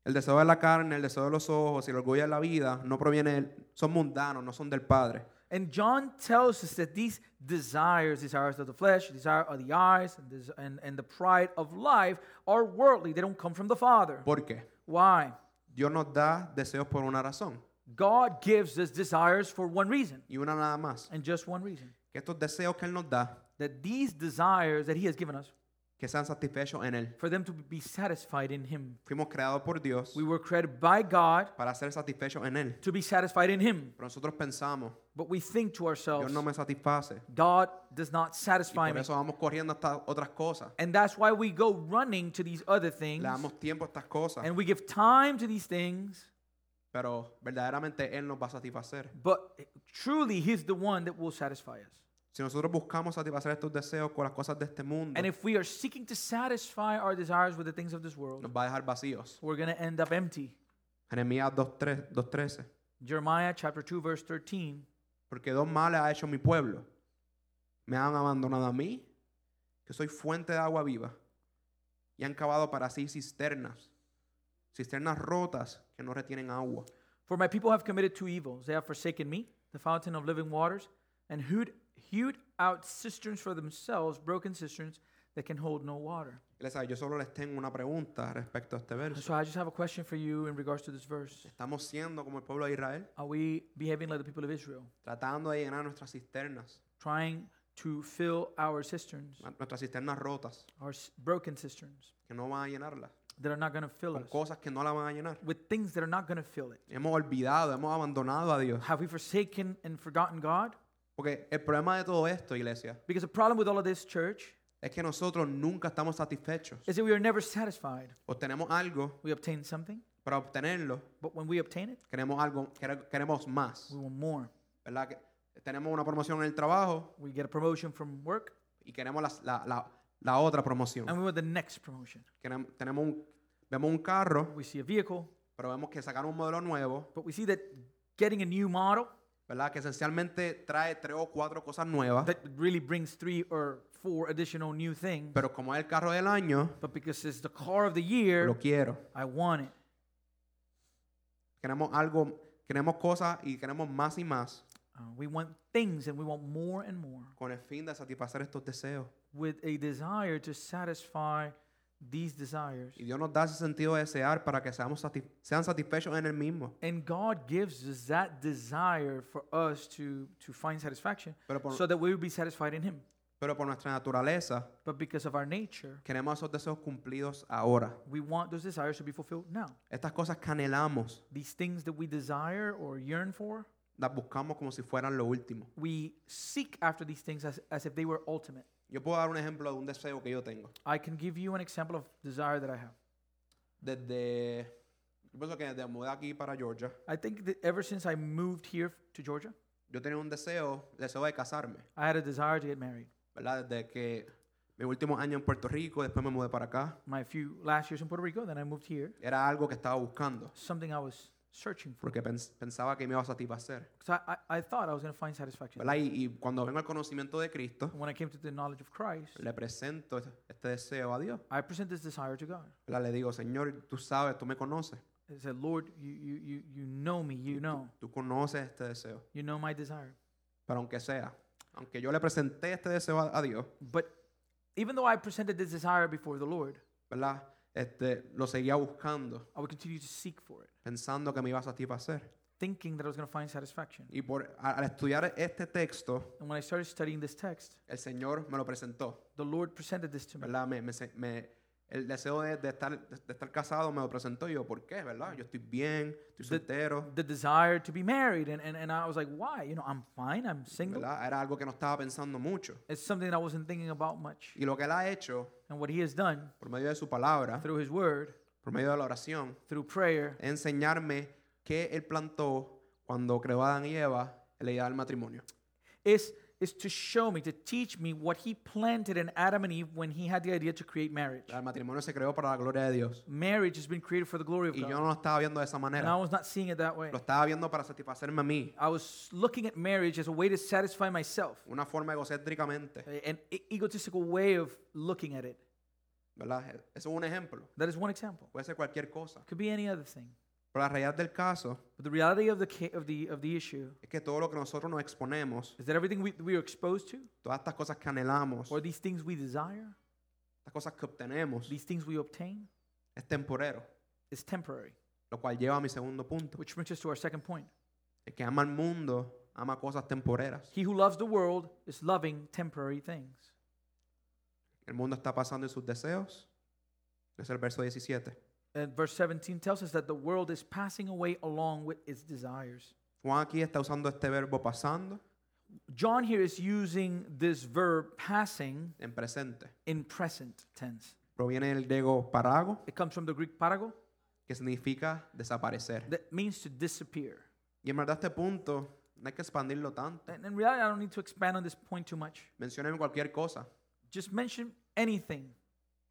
B: el deseo de la carne, el deseo de los ojos y el orgullo de la vida no proviene, del- son mundanos, no son del Padre.
A: And John tells us that these desires, desires of the flesh, desire of the eyes, and, des- and, and the pride of life are worldly. They don't come from the Father.
B: ¿Por qué?
A: Why?
B: Dios nos da deseos por una razón
A: God gives us desires for one reason,
B: y una nada más.
A: and just one reason
B: Que estos deseos que Él nos da,
A: that these desires that He has given us,
B: que sean satisfechos en Él.
A: for them to be satisfied in Him.
B: Fuimos creados por Dios
A: We were created by God
B: para ser satisfechos en Él.
A: to be satisfied in Him,
B: Pero nosotros pensamos,
A: but we think to
B: Dios
A: ourselves,
B: no me satisface.
A: God does not
B: Y
A: satisfy
B: por
A: me.
B: eso vamos corriendo hasta otras cosas.
A: And that's why we go running to these other things
B: Le damos tiempo a estas cosas.
A: and we give time to these things,
B: Pero verdaderamente Él nos va a satisfacer.
A: but truly He's the one that will satisfy us.
B: Si nosotros buscamos satisfacer estos deseos con las cosas de este mundo,
A: And if we are seeking to satisfy our desires with the things of this world,
B: nos va a dejar vacíos.
A: we're going to end up empty.
B: Jeremías 2.3 2.13.
A: Jeremiah chapter 2 verse 13
B: Porque dos males ha hecho mi pueblo. Me han abandonado a mí, que soy fuente de agua viva, y han cavado para sí cisternas, cisternas rotas que no retienen agua.
A: For my people have committed two evils. They have forsaken me, the fountain of living waters, and hewed, hewed out cisterns for themselves, broken cisterns that can hold no water.
B: Y les sabe, Yo solo les tengo una pregunta respecto a este
A: And
B: verso.
A: so I just have a question for you in regards to this verse.
B: ¿Estamos siendo como el pueblo de Israel?
A: Are we behaving like the people of Israel,
B: Tratando de llenar nuestras cisternas,
A: trying to fill our cisterns,
B: nuestras cisternas rotas,
A: our s- broken cisterns
B: que no van a llenarlas,
A: that are not going to fill
B: con
A: us,
B: cosas que no la van a llenar.
A: with things that are not going to fill it?
B: Hemos olvidado, hemos abandonado a Dios.
A: Have we forsaken and forgotten God?
B: Porque el problema de todo esto, iglesia,
A: Because the problem with all of this, church,
B: es que nosotros nunca estamos satisfechos.
A: is that we are never satisfied.
B: Obtenemos algo,
A: We obtain something,
B: para obtenerlo
A: but when we obtain it,
B: queremos algo, quere- queremos más,
A: we want more.
B: ¿verdad? Que tenemos una promoción en el trabajo
A: we get a promotion from work
B: y queremos las- la, la- la otra
A: and
B: promoción.
A: we want the next promotion.
B: Querem- tenemos un- vemos un carro,
A: We see a vehicle,
B: pero vemos que sacaron un modelo nuevo,
A: but we see that getting a new model
B: ¿verdad? Que esencialmente trae tres o cuatro cosas nuevas,
A: that really brings three or four additional new things.
B: pero como es el carro del año,
A: But because it's the car of the year,
B: lo quiero.
A: I want it.
B: Queremos algo, queremos cosas y queremos más y más
A: Uh, we want things and we want more and more
B: con el fin de satisfacer estos deseos.
A: with a desire to satisfy these desires.
B: Y Dios nos da ese sentido de desear para que seamos sati- sean satisfechos en el mismo.
A: And God gives us that desire for us to, to find satisfaction
B: Pero por-
A: so that we will be satisfied in Him.
B: Pero por nuestra naturaleza,
A: But because of our nature,
B: Queremos esos deseos cumplidos ahora.
A: we want those desires to be fulfilled now.
B: Estas cosas que anhelamos,
A: these things that we desire or yearn for,
B: las buscamos como si fueran lo último.
A: we seek after these things as, as if they were ultimate.
B: Yo puedo dar un ejemplo de un deseo que yo tengo.
A: I can give you an example of desire that I have.
B: Desde, yo pienso que desde mudé aquí para Georgia,
A: I think that ever since I moved here to Georgia,
B: yo tenía un deseo, deseo de casarme,
A: I had a desire to get married.
B: ¿verdad? Desde que mi último año en Puerto Rico, después me mudé para acá,
A: My few last years in Puerto Rico, then I moved here,
B: era algo que estaba buscando,
A: something I was searching for.
B: porque pens- pensaba que me iba a satisfacer,
A: So I, I, I thought I was going to find satisfaction.
B: ¿verdad? Y, y cuando vengo al conocimiento de Cristo,
A: And when I came to the knowledge of Christ,
B: le presento este deseo a Dios,
A: I present this desire to God.
B: ¿verdad? Le digo, Señor, tú sabes, tú me conoces,
A: I said, Lord, you, you, you, you know me. You know.
B: tú conoces este deseo.
A: You know my desire.
B: Pero aunque sea, aunque yo le presenté este deseo a, a Dios,
A: But even though I presented this desire before the Lord,
B: ¿verdad? Este, lo seguía buscando,
A: I would continue to seek for it,
B: pensando que me iba a satisfacer.
A: thinking that I was going to find satisfaction.
B: Y por, a- al estudiar este texto,
A: And when I started studying this text,
B: el Señor me lo presentó,
A: the Lord presented this to me.
B: ¿verdad? Me, me se- me- el deseo de, de estar, de, de estar casado me lo presentó y yo, ¿por qué? ¿Verdad? Yo estoy bien, estoy soltero,
A: The desire to be married. And, and, and I was like, why? You know, I'm fine. I'm single.
B: ¿verdad? Era algo que no estaba pensando mucho.
A: It's something that I wasn't thinking about much.
B: Y lo que Él ha hecho,
A: And what He has done
B: por medio de su palabra,
A: through His Word,
B: por medio de la oración,
A: through prayer,
B: es enseñarme qué Él plantó cuando creó a Adán y Eva, la idea del matrimonio.
A: is, is to show me, to teach me what he planted in Adam and Eve when he had the idea to create marriage.
B: El matrimonio se creó para la gloria de Dios.
A: Marriage has been created for the glory of
B: Y yo
A: God.
B: no lo estaba viendo de esa
A: And I
B: manera.
A: was not seeing it that way.
B: Lo estaba viendo para satisfacerme a mí.
A: I was looking at marriage as a way to satisfy myself,
B: Una forma egocéntricamente.
A: a- an e- egotistical way of looking at it.
B: ¿Verdad? E- Eso es un ejemplo.
A: That is one example.
B: Puede ser cualquier cosa.
A: Could be any other thing.
B: Pero la realidad del caso
A: But the reality of the, ca- of the, of the issue
B: es que todo lo que nosotros nos exponemos,
A: is that everything we, we are exposed to,
B: todas estas cosas que anhelamos,
A: or these things we desire,
B: estas cosas que obtenemos,
A: these things we obtain,
B: es temporero.
A: is temporary.
B: Lo cual lleva a mi segundo punto.
A: Which brings us to our second point.
B: El que ama al mundo ama cosas temporeras.
A: He who loves the world is loving temporary things.
B: El mundo está pasando en sus deseos. Es el verso 17.
A: And verse 17 tells us that the world is passing away along with its desires.
B: Juan aquí está usando este verbo pasando
A: John here is using this verb passing
B: en presente.
A: in present tense.
B: Proviene del griego parago,
A: It comes from the Greek parago
B: que significa desaparecer.
A: that means to disappear.
B: Y en verdad este punto no hay que expandirlo tanto.
A: And in reality, I don't need to expand on this point too much.
B: Mencionen cualquier cosa
A: Just mention anything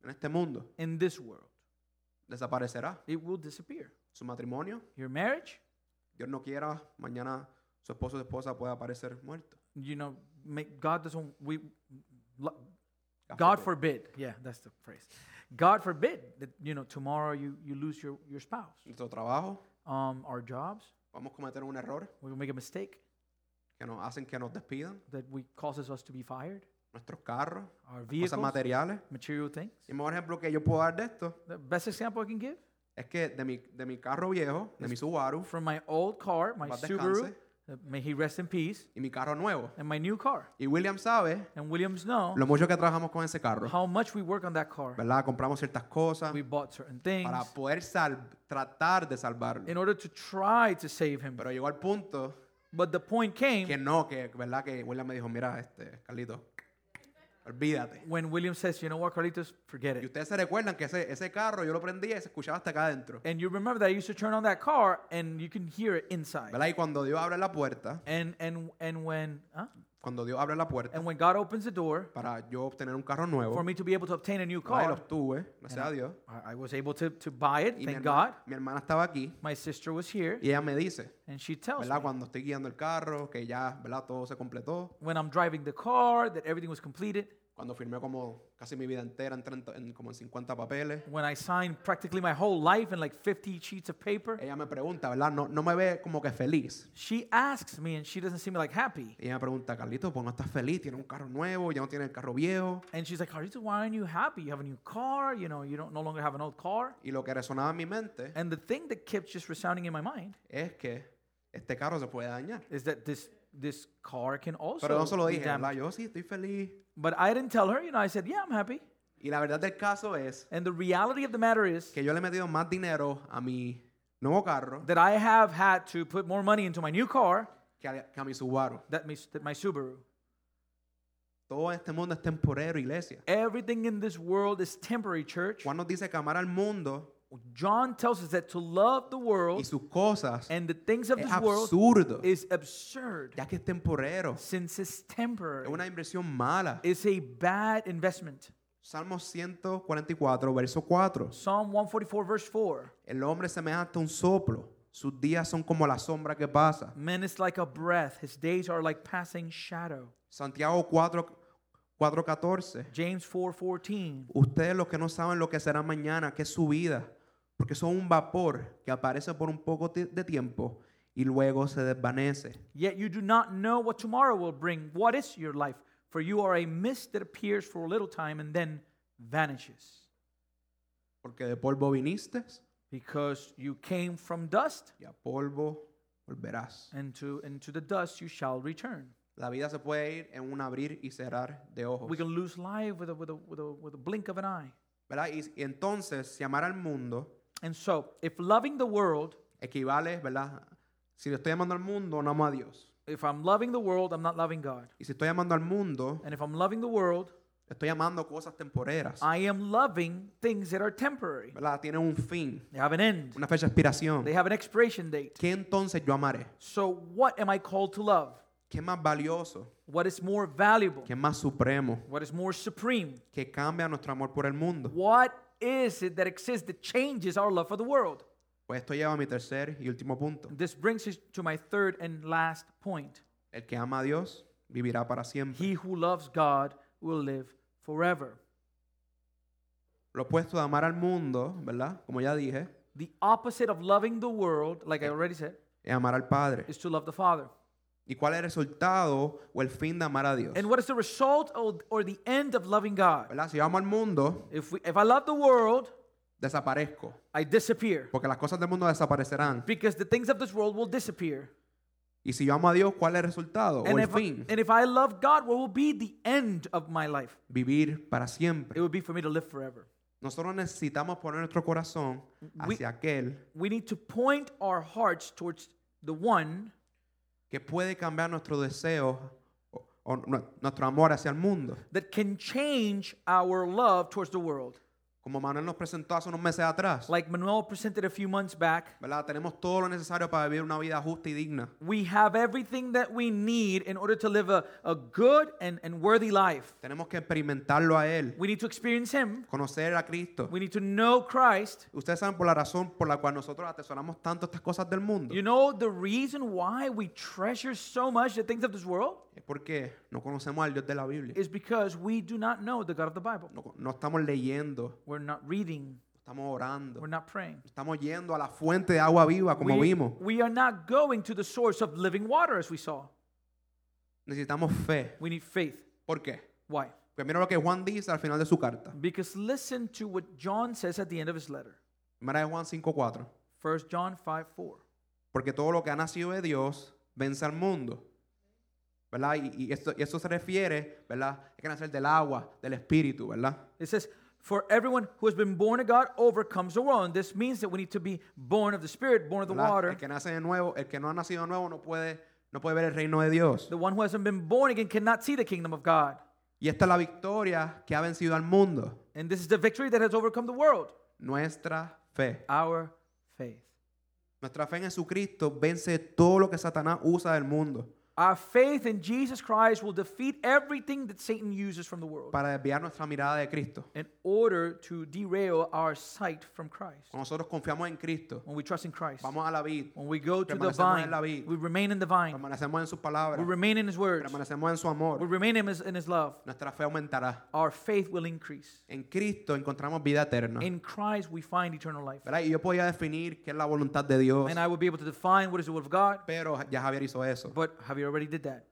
B: en este mundo.
A: in this world,
B: Desaparecerá.
A: it will disappear.
B: Su matrimonio,
A: Your marriage,
B: Dios no quiera, mañana su esposo o su esposa puede aparecer muerto.
A: you know, make, God doesn't, we, lo-
B: God
A: God forbid. Yeah, that's the phrase. God forbid that, you know, tomorrow you, you lose your, your spouse.
B: Nuestro trabajo,
A: Um, our jobs,
B: vamos a cometer un error
A: we will make a mistake
B: que nos hacen que nos despidan.
A: that we, causes us to be fired.
B: Nuestros carros,
A: Our
B: cosas
A: vehicles,
B: materiales.
A: material things.
B: Y el mejor ejemplo que yo puedo dar de esto
A: The best example I can give
B: es que de mi, de mi carro viejo, de mi Subaru,
A: from my old car, my
B: Paz
A: Subaru,
B: descanse.
A: uh, may he rest in peace,
B: y mi carro nuevo.
A: and my new car.
B: Y William sabe
A: And Williams know
B: lo mucho que trabajamos con ese carro,
A: how much we work on that car.
B: ¿verdad? Compramos ciertas cosas
A: We bought certain things
B: para poder sal- tratar de salvarlo.
A: in order to try to save him.
B: Pero llegó al punto
A: But the point came
B: que no, que verdad que William me dijo, mira, este, Carlito, olvídate.
A: when William says, you know what, Carlitos, forget
B: Y
A: it.
B: ustedes se recuerdan que ese, ese carro yo lo prendía y se escuchaba hasta acá adentro.
A: And you remember that I used to turn on that car and you can hear it inside.
B: ¿Verdad? Y cuando Dios abre la puerta,
A: And and and when huh?
B: cuando Dios abre la puerta
A: and when God opens the door
B: para yo obtener un carro
A: for
B: nuevo,
A: me to be able to obtain a new
B: ¿verdad? y lo
A: car,
B: obtuve, gracias a Dios.
A: I, I was able to, to buy it,
B: Y mi
A: thank God.
B: hermana, mi hermana estaba aquí
A: My sister was here
B: y ella me dice,
A: and she tells me
B: ¿verdad? Cuando estoy guiando el carro, que ya, ¿verdad? Todo se completó.
A: when I'm driving the car that everything was completed.
B: Cuando firmé como casi mi vida entera en, 30 en como en 50 papeles.
A: When I signed practically my whole life in like 50 sheets of paper,
B: Ella me pregunta, ¿verdad? No, no me ve como que feliz.
A: she asks me and she doesn't seem like happy.
B: Ella me pregunta, Carlito, pues no estás feliz, tienes un carro nuevo, ya no tienes el carro viejo.
A: And she's like, Carlito, why aren't you happy? You have a new car, you know, you don't no longer have an old car.
B: Y lo que resonaba en mi mente
A: And the thing that kept just resounding in my mind
B: es que este carro se puede dañar.
A: is that this this car can also
B: Pero no se lo
A: be
B: dije,
A: damaged.
B: ¿verdad? Yo sí estoy feliz.
A: But I didn't tell her, you know, I said, yeah, I'm happy.
B: Y la verdad del caso es
A: And the reality of the matter is
B: que yo le he metido más dinero a mi nuevo carro
A: that I have had to put more money into my new car
B: que a, que a mi Subaru.
A: that my, that my Subaru.
B: Todo este mundo es temporero, iglesia.
A: Everything in this world is temporary, church.
B: Juan nos dice que amar al mundo
A: John tells us that to love the
B: y
A: world
B: sus cosas
A: and the things of
B: es
A: this este world
B: absurdo,
A: is absurd
B: ya que es temporero,
A: since it's
B: es
A: temporary.
B: una inversión mala.
A: It's a bad investment.
B: Salmo 144, verso 4.
A: Psalm 144, verse 4.
B: El hombre es semejante a un soplo, sus días son como la sombra que pasa.
A: Man is like a breath, his days are like passing shadow.
B: Santiago 4, 4:14.
A: James 4 14.
B: Ustedes los que no saben lo que será mañana, qué es su vida, porque son un vapor que aparece por un poco ti- de tiempo y luego se desvanece.
A: Yet you do not know what tomorrow will bring. What is your life? For you are a mist that appears for a little time and then vanishes.
B: Porque de polvo viniste
A: Because you came from dust,
B: y a polvo volverás.
A: and to, and to the dust you shall return.
B: La vida se puede ir en un abrir y cerrar de ojos.
A: We can lose life with a, with a, with a, with a blink of an eye.
B: ¿verdad? Y, y entonces, si amar al mundo
A: And so, if loving the world,
B: equivale, ¿verdad? Si le estoy amando al mundo, no amo a Dios.
A: if I'm loving the world, I'm not loving God.
B: Y si estoy amando al mundo,
A: And if I'm loving the world,
B: estoy amando cosas temporeras.
A: I am loving things that are temporary.
B: ¿Verdad? Tienen un fin,
A: They have an end,
B: una fecha de expiración.
A: they have an expiration date.
B: ¿Qué entonces yo amaré?
A: So, what am I called to love?
B: ¿Qué es más valioso?
A: What is more valuable?
B: ¿Qué es más supremo?
A: What is more supreme?
B: ¿Qué cambia nuestro amor por el mundo?
A: What is it that exists that changes our love for the world?
B: Pues esto lleva a mi tercer y último punto.
A: This brings us to my third and last point.
B: El que ama a Dios vivirá para siempre.
A: He who loves God will live forever.
B: Lo opuesto de amar al mundo, ¿verdad? Como ya dije,
A: The opposite of loving the world, like I already said,
B: es amar al Padre.
A: is to love the Father.
B: ¿Y cuál es el resultado o el fin de amar a Dios?
A: And what is the result of, or the end of loving God?
B: ¿Verdad? Si yo amo al mundo,
A: If, we, if I love the world,
B: desaparezco.
A: I disappear.
B: Porque las cosas del mundo desaparecerán.
A: Because the things of this world will disappear.
B: Y si yo amo a Dios, ¿cuál es el resultado o
A: And
B: el
A: if, I,
B: fin?
A: and if I love God, what will be the end of my life?
B: Vivir para
A: It
B: siempre.
A: will be for me to live forever.
B: Nosotros necesitamos poner nuestro corazón
A: We-
B: hacia aquel
A: We need to point our hearts towards the one
B: que puede cambiar nuestro deseo o, o nu- nuestro amor hacia el mundo.
A: that can change our love towards the world.
B: Como Manuel nos presentó hace unos meses atrás,
A: Like Manuel presented a few months back,
B: ¿verdad? Tenemos todo lo necesario para vivir una vida justa y digna.
A: we have everything that we need in order to live a, a good and, and worthy life.
B: Tenemos que experimentarlo a Él,
A: We need to experience Him.
B: conocer a Cristo.
A: We need to know Christ.
B: Ustedes saben por la razón por la cual nosotros atesoramos tanto estas cosas del mundo.
A: You know the reason why we treasure so much the things of this world
B: Es porque no conocemos al Dios de la Biblia.
A: is because we do not know the God of the Bible.
B: No, no estamos leyendo,
A: We're not reading.
B: no estamos orando.
A: We're
B: no
A: not praying.
B: Estamos yendo a la fuente de agua viva, como
A: we,
B: vimos.
A: we are not going to the source of living water, as we saw.
B: Necesitamos fe.
A: We need faith.
B: ¿Por qué?
A: Why?
B: Porque mira lo que Juan dice al final de su carta.
A: Because listen to what John says at the end of his letter.
B: Primera de Juan 5.4.
A: 1 John 5 4.
B: Porque todo lo que ha nacido de Dios vence al mundo. ¿Verdad? Y, y esto, y esto se refiere, ¿verdad? Es que nacer del agua, del espíritu, ¿verdad?
A: It says, For everyone who has been born of God overcomes the world. And this means that we need to be born of the Spirit, born of the
B: ¿Verdad?
A: water.
B: El que nace de nuevo, el que no ha nacido de nuevo no puede, no puede ver el reino de Dios.
A: The one who hasn't been born again cannot see the kingdom of God.
B: Y esta es la victoria que ha vencido al mundo,
A: And this is the victory that has overcome the world
B: nuestra fe.
A: our faith.
B: Nuestra fe en Jesucristo vence todo lo que Satanás usa del mundo
A: Our faith in Jesus Christ will defeat everything that Satan uses from the world
B: para desviar nuestra mirada de Cristo.
A: in order to derail our sight from Christ.
B: Cuando nosotros confiamos en Cristo,
A: When we trust in Christ,
B: vamos a la vid,
A: when we go to the
B: Permanecemos en
A: vine,
B: la vid.
A: we remain in the vine,
B: permanecemos en sus
A: we
B: palabras,
A: remain in His words,
B: permanecemos en su
A: we
B: amor,
A: remain in His, in his love.
B: nuestra fe aumentará.
A: Our faith will increase.
B: En Cristo encontramos vida eterna.
A: In Christ, we find eternal life.
B: ¿Verdad? Y yo podía definir qué es la voluntad de Dios,
A: And I will be able to define what is the will of God,
B: pero ya Javier hizo eso.
A: but have you already did that?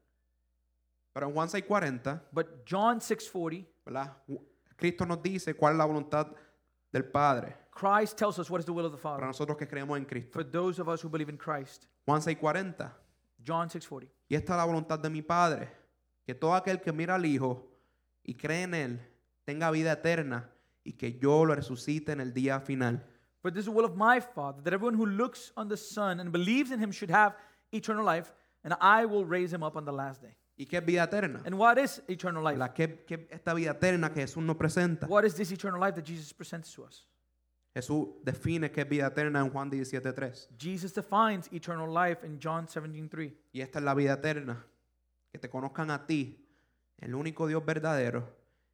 B: Pero en Juan 6:40,
A: But John 6:40,
B: ¿verdad? Ju- Cristo nos dice cuál es la voluntad del Padre
A: Christ tells us what is the will of the
B: para
A: Father
B: nosotros que creemos en Cristo.
A: for those of us who believe in Christ.
B: Juan 6:40.
A: John 6:40.
B: Y esta es la voluntad de mi Padre, que todo aquel que mira al Hijo y cree en Él tenga vida eterna y que yo lo resucite en el día final.
A: But this is the will of my Father, that everyone who looks on the Son and believes in him should have eternal life, and I will raise him up on the last day.
B: ¿Y qué es vida eterna?
A: And what is eternal life?
B: ¿Verdad? ¿Qué, qué es esta vida eterna que Jesús nos presenta?
A: What is this eternal life that Jesus presents to us?
B: Jesús define qué es vida eterna en Juan 17:3.
A: Jesus defines eternal life in John 17:3.
B: Y esta es la vida eterna, que te conozcan a ti, el único Dios verdadero,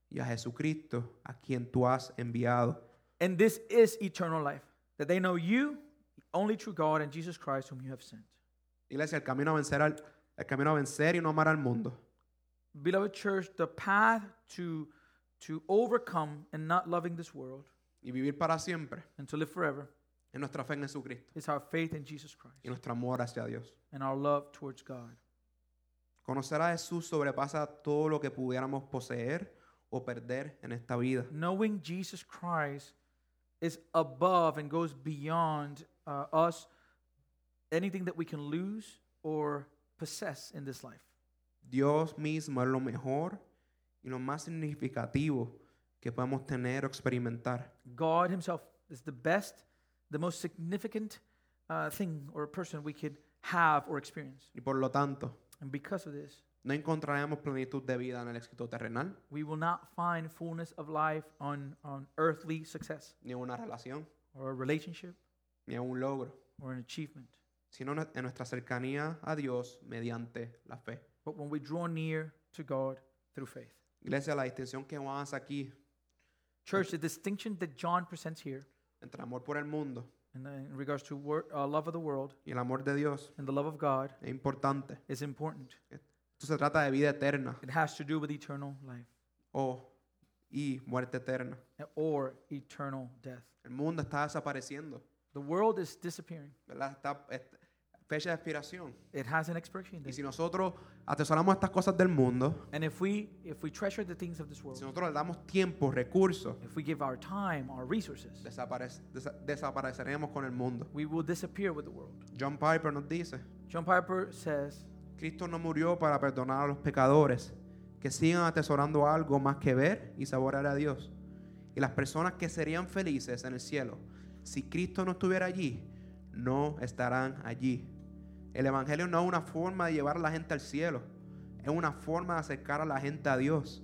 B: y a Jesucristo, a quien tú has enviado.
A: And this is eternal life, that they know you, the only true God, and Jesus Christ, whom you have sent.
B: Iglesia, el camino a vencer al- el camino a vencer y no amar al mundo.
A: Beloved church, the path to to overcome and not loving this world
B: y vivir para siempre
A: and to live forever
B: en nuestra fe en Jesucristo
A: is our faith in Jesus
B: y
A: Christ
B: nuestro amor hacia Dios.
A: and our love towards God.
B: Conocer a Jesús sobrepasa todo lo que pudiéramos poseer o perder en esta vida.
A: Knowing Jesus Christ is above and goes beyond uh, us anything that we can lose or possess in this life.
B: Dios mismo es lo mejor y lo más significativo que podemos tener o experimentar.
A: God Himself is the best, the most significant uh, thing or person we could have or experience.
B: Y por lo tanto,
A: And because of this,
B: no encontraremos plenitud de vida en el éxito terrenal,
A: we will not find fullness of life on, on earthly success
B: ni en una relación,
A: or a relationship
B: ni en un logro,
A: or an achievement,
B: sino en nuestra cercanía a Dios mediante la fe.
A: but when we draw near to God through faith.
B: Iglesia, la distinción que Juan hace aquí
A: Church, the distinction that John presents here
B: entre el amor por el mundo
A: in, in regards to wor- uh, love of the world
B: y el amor de Dios
A: and the love of God
B: es importante.
A: is important.
B: Esto se trata de vida eterna
A: It has to do with eternal life
B: o y muerte eterna.
A: or eternal death.
B: El mundo está desapareciendo,
A: The world is disappearing.
B: ¿verdad? Está, est- fecha de expiración.
A: It has an expiration
B: Y
A: date.
B: si nosotros atesoramos estas cosas del mundo,
A: And if we if we treasure the things of this world,
B: si nosotros le damos tiempo, recursos,
A: if we give our time, our resources,
B: desapare- desa- desapareceremos con el mundo.
A: we will disappear with the world.
B: John Piper nos dice,
A: John Piper says,
B: Cristo no murió para perdonar a los pecadores que sigan atesorando algo más que ver y saborear a Dios. Y las personas que serían felices en el cielo, si Cristo no estuviera allí, no estarán allí. El Evangelio no es una forma de llevar a la gente al cielo, es una forma de acercar a la gente a Dios,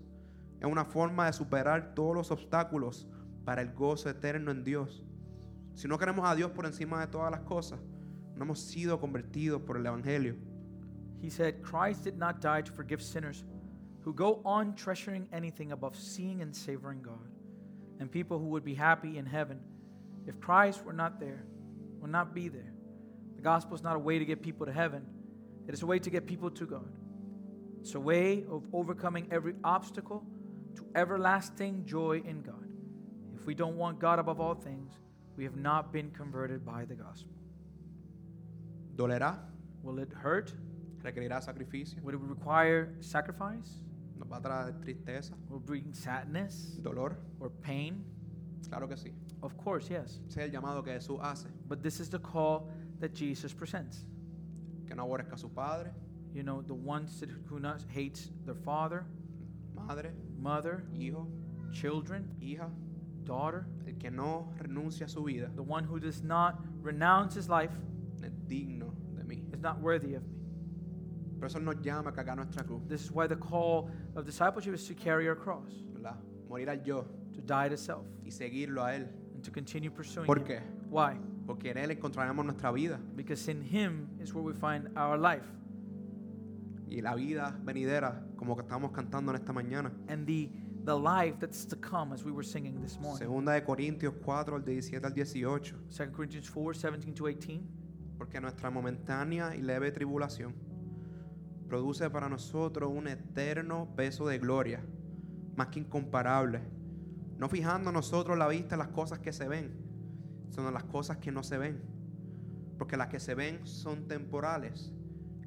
B: es una forma de superar todos los obstáculos para el gozo eterno en Dios. Si no queremos a Dios por encima de todas las cosas, no hemos sido convertidos por el Evangelio.
A: he said, Christ did not die to forgive sinners who go on treasuring anything above seeing and savoring God, and people who would be happy in heaven if Christ were not there, would not be there. The gospel is not a way to get people to heaven, it is a way to get people to God. It's a way of overcoming every obstacle to everlasting joy in God. If we don't want God above all things, we have not been converted by the gospel.
B: dolerá,
A: Will it hurt?
B: requerirá sacrificio,
A: Would it require sacrifice?
B: nos va a traer tristeza,
A: Will it bring sadness
B: dolor,
A: or pain?
B: claro que sí.
A: Of course, yes.
B: Ese es el llamado que Jesús hace,
A: But this is the call that Jesus presents.
B: que no aborrezca a su padre,
A: You know, the ones that, who not hates their father,
B: madre,
A: mother,
B: hijo,
A: children,
B: hija,
A: daughter,
B: el que no renuncia a su vida,
A: the one who does not renounce his life
B: no es digno de mí.
A: is not worthy of me.
B: Por eso Él nos llama a cargar nuestra cruz,
A: This is why the call of discipleship is to carry our cross,
B: ¿verdad? Morir al yo
A: to die to self,
B: y seguirlo a Él.
A: and to continue pursuing
B: ¿Por
A: him.
B: qué?
A: Why?
B: Porque en Él encontraremos nuestra vida
A: Because in him is where we find our life.
B: y la vida venidera, como que estamos cantando en esta mañana.
A: and the the life that's to come as we were singing this morning.
B: Segunda de Corintios 4, al 17 al 18.
A: 2 Corinthians 4, 17 to 18.
B: porque nuestra momentánea y leve tribulación produce para nosotros un eterno peso de gloria, más que incomparable, no fijando nosotros la vista en las cosas que se ven, sino en las cosas que no se ven, porque las que se ven son temporales,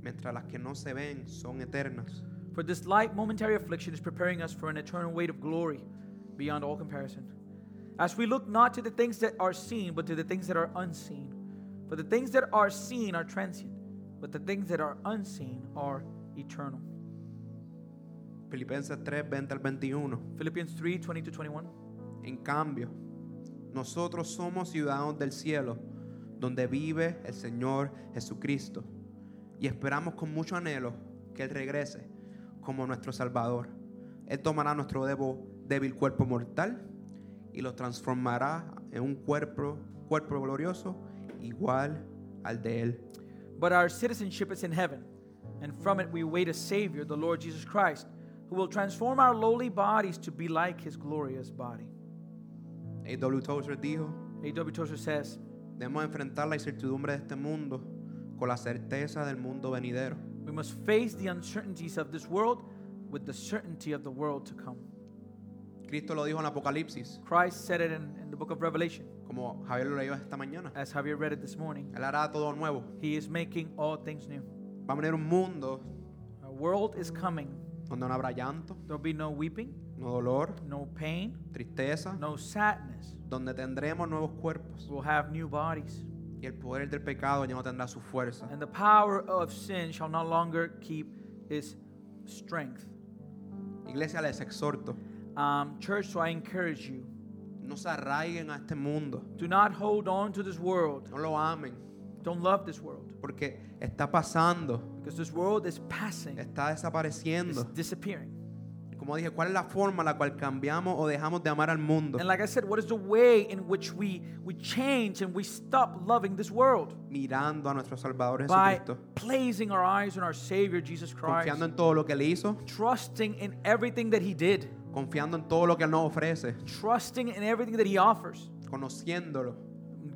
B: mientras las que no se ven son eternas.
A: For this light momentary affliction is preparing us for an eternal weight of glory beyond all comparison. As we look not to the things that are seen, but to the things that are unseen. For the things that are seen are transient, but the things that are unseen are eternal.
B: Filipenses 3, 20 al 21.
A: Philippians 3, 20 to 21.
B: En cambio, nosotros somos ciudadanos del cielo, donde vive el Señor Jesucristo, y esperamos con mucho anhelo que Él regrese como nuestro Salvador. Él tomará nuestro devo- débil cuerpo mortal y lo transformará en un cuerpo, cuerpo glorioso igual al de Él.
A: But our citizenship is in heaven, and from it we await a Savior, the Lord Jesus Christ, who will transform our lowly bodies to be like his glorious body.
B: A.W. Tozer dijo,
A: A.W. Tozer says,
B: debemos enfrentar la incertidumbre de este mundo con la certeza del mundo venidero.
A: We must face the uncertainties of this world with the certainty of the world to come.
B: Cristo lo dijo en Apocalipsis,
A: Christ said it in, in the book of Revelation,
B: como Javier lo leyó esta mañana.
A: as Javier read it this morning.
B: Él hará todo nuevo.
A: He is making all things new.
B: Va a venir un mundo
A: A world is coming.
B: donde no habrá llanto,
A: There'll be no weeping,
B: no dolor,
A: no pain,
B: tristeza,
A: no sadness.
B: donde tendremos nuevos cuerpos
A: We'll have new bodies,
B: y el poder del pecado ya no tendrá su fuerza.
A: and the power of sin shall no longer keep its strength.
B: Iglesia, les exhorto,
A: Um, church, so I encourage you
B: no se arraiguen a este mundo,
A: do not hold on to this world.
B: no lo amen,
A: Don't love this world
B: porque está pasando,
A: because this world is passing,
B: está
A: it's
B: desapareciendo,
A: disappearing.
B: como dije, ¿cuál es la forma en la cual cambiamos o dejamos de amar al mundo?
A: And like I said, what is the way in which we, we change and we stop loving this world?
B: Mirando a nuestro Salvador
A: By
B: Jesucristo,
A: placing our eyes on our Savior Jesus Christ,
B: confiando en todo lo que Él hizo,
A: trusting in everything that He did,
B: confiando en todo lo que Él nos ofrece,
A: trusting in everything that He offers,
B: conociéndolo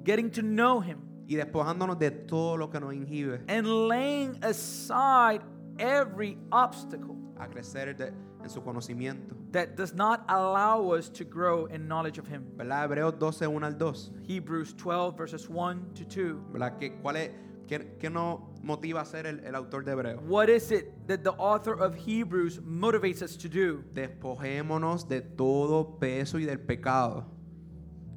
A: getting to know Him,
B: y despojándonos de todo lo que nos inhibe
A: and laying aside every obstacle
B: a crecer de- en su conocimiento.
A: that does not allow us to grow in knowledge of Him.
B: ¿Verdad? Hebreos 12, 1 al 2.
A: Hebrews 12, verses 1 to 2.
B: ¿Verdad? ¿Qué, cuál es, qué, qué nos motiva a ser el, el autor de Hebreos?
A: What is it that the author of Hebrews motivates us to do?
B: Despojémonos de todo peso y del pecado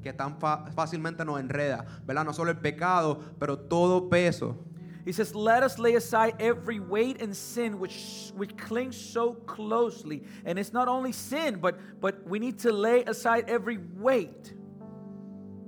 B: que tan fa- fácilmente nos enreda, ¿verdad? No solo el pecado, pero todo peso
A: He says, Let us lay aside every weight and sin which, which clings so closely. And it's not only sin, but, but we need to lay aside every weight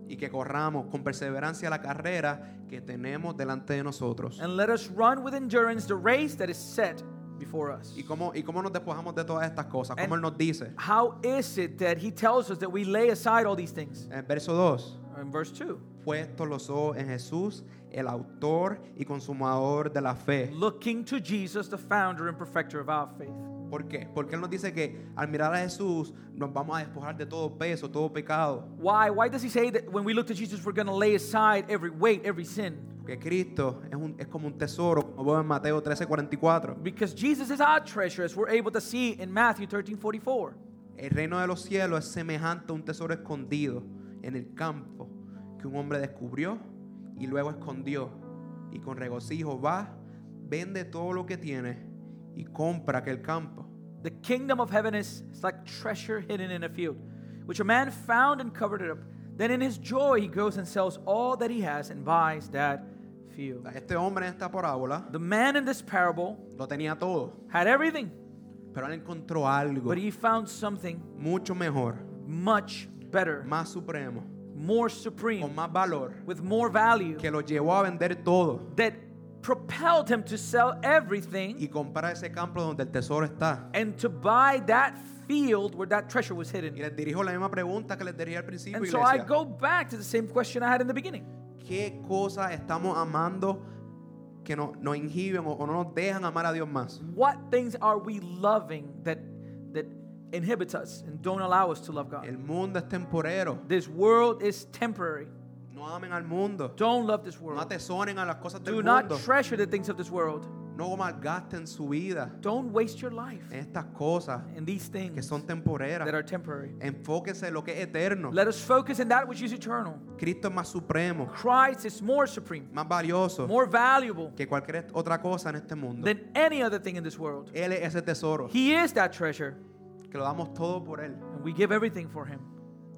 B: y que corramos con perseverancia la carrera que tenemos delante de nosotros.
A: and let us run with endurance the race that is set before us.
B: ¿Y cómo, ¿Y cómo nos despojamos de todas estas cosas? ¿Cómo
A: And-
B: Él nos dice?
A: How is it that he tells us that we lay aside all these things?
B: En el verso 2,
A: In verse 2,
B: puestos los ojos en Jesús, el autor y consumador de la fe.
A: looking to Jesus, the founder and perfecter of our faith.
B: ¿Por qué? Porque Él nos dice que al mirar a Jesús nos vamos a despojar de todo peso, todo pecado.
A: Why? Why does he say that when we look to Jesus, we're going to lay aside every weight, every sin?
B: Porque Cristo es, un- es como un tesoro, como vemos en Mateo 13:44.
A: Because Jesus is our treasure, as we're able to see in Matthew 13 44.
B: El reino de los cielos es semejante a un tesoro escondido en el campo que un hombre descubrió y luego escondió. Y con regocijo va, vende todo lo que tiene y compra aquel campo.
A: The kingdom of heaven is is like treasure hidden in a field, which a man found and covered it up. Then in his joy, he goes and sells all that he has and buys that field.
B: Este hombre en esta parábola
A: The man in this parable
B: lo tenía todo,
A: had everything,
B: pero él encontró algo
A: but he found something
B: mucho mejor,
A: much better,
B: más supremo,
A: more
B: con
A: supreme,
B: más valor,
A: with more value,
B: que lo llevó a vender todo
A: that propelled him to sell everything
B: y comprar ese campo donde el tesoro está.
A: and to buy that field where that treasure was
B: Y
A: hidden.
B: les dirijo la misma pregunta que les dirigí al principio.
A: And so I
B: iglesia.
A: go back to the same question I had in the beginning.
B: ¿Qué cosas estamos amando que no- nos inhiben o, o no nos dejan amar a Dios más?
A: What things are we loving that that inhibits us and don't allow us to love God?
B: El mundo es temporero.
A: This world is temporary.
B: No amen al mundo.
A: Don't love this
B: No
A: world.
B: atesoren a las cosas del
A: Do not
B: mundo.
A: treasure the things of this world.
B: No malgasten su vida
A: Don't waste your life
B: en estas cosas
A: in these
B: que
A: things
B: son
A: that
B: temporeras.
A: are temporary.
B: Enfóquense en lo que es eterno.
A: Let us focus in that which is eternal.
B: Cristo es más supremo,
A: Christ is more supreme,
B: más valioso
A: more valuable
B: que cualquier otra cosa en este mundo.
A: than any other thing in this world.
B: Él es ese tesoro,
A: He is that treasure,
B: que lo damos todo por Él.
A: and we give everything for him.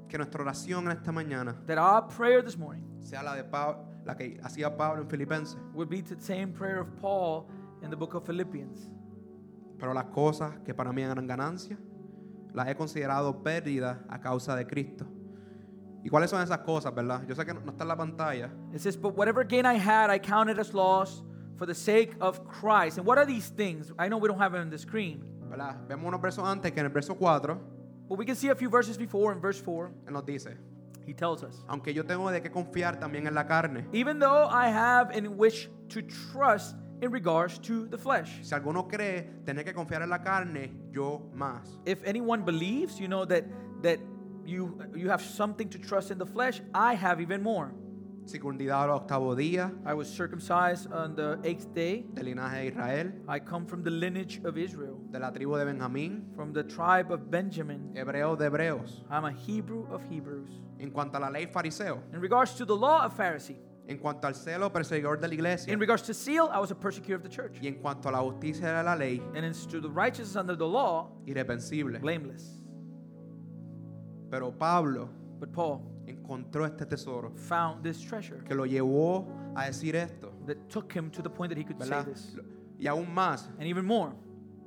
B: Que nuestra oración en esta mañana
A: That our prayer this morning
B: sea la de Pablo, la que hacía Pablo en Filipenses.
A: would be the same prayer of Paul in the book of Philippians.
B: Pero las cosas que para mí eran ganancia, las he considerado pérdida a causa de Cristo. ¿Y cuáles son esas cosas, verdad? Yo sé que no no está en la pantalla,
A: It says, But whatever gain I had, I counted as loss for the sake of Christ. And what are these things? I know we don't have it on the screen,
B: ¿verdad? Vemos unos versos antes que en el verso 4
A: but we can see a few verses before. In verse 4,
B: él nos dice,
A: he tells us,
B: aunque yo tengo de qué confiar también en la carne.
A: Even though I have in which to trust in regards to the flesh.
B: Si alguno cree tener que confiar en la carne, yo más.
A: If anyone believes, you know that that you you have something to trust in the flesh, I have even more.
B: Circundidad al octavo día,
A: I was circumcised on the eighth day.
B: del linaje de Israel,
A: I come from the lineage of Israel,
B: de la tribu de Benjamín,
A: from the tribe of Benjamin.
B: hebreos de hebreos.
A: I'm a Hebrew of Hebrews.
B: En cuanto a la ley fariseo,
A: In regards to the law of Pharisee,
B: en cuanto al celo perseguidor de la iglesia
A: in regards to seal, I was a persecutor of the church.
B: y en cuanto a la justicia de la ley,
A: And as to the righteousness under the law,
B: irrepensible.
A: blameless.
B: Pero Pablo
A: But Paul
B: encontró este tesoro
A: found this treasure
B: que lo llevó a decir esto,
A: that took him to the point that he could say
B: ¿verdad?
A: this.
B: Lo- Y aún más,
A: And even more,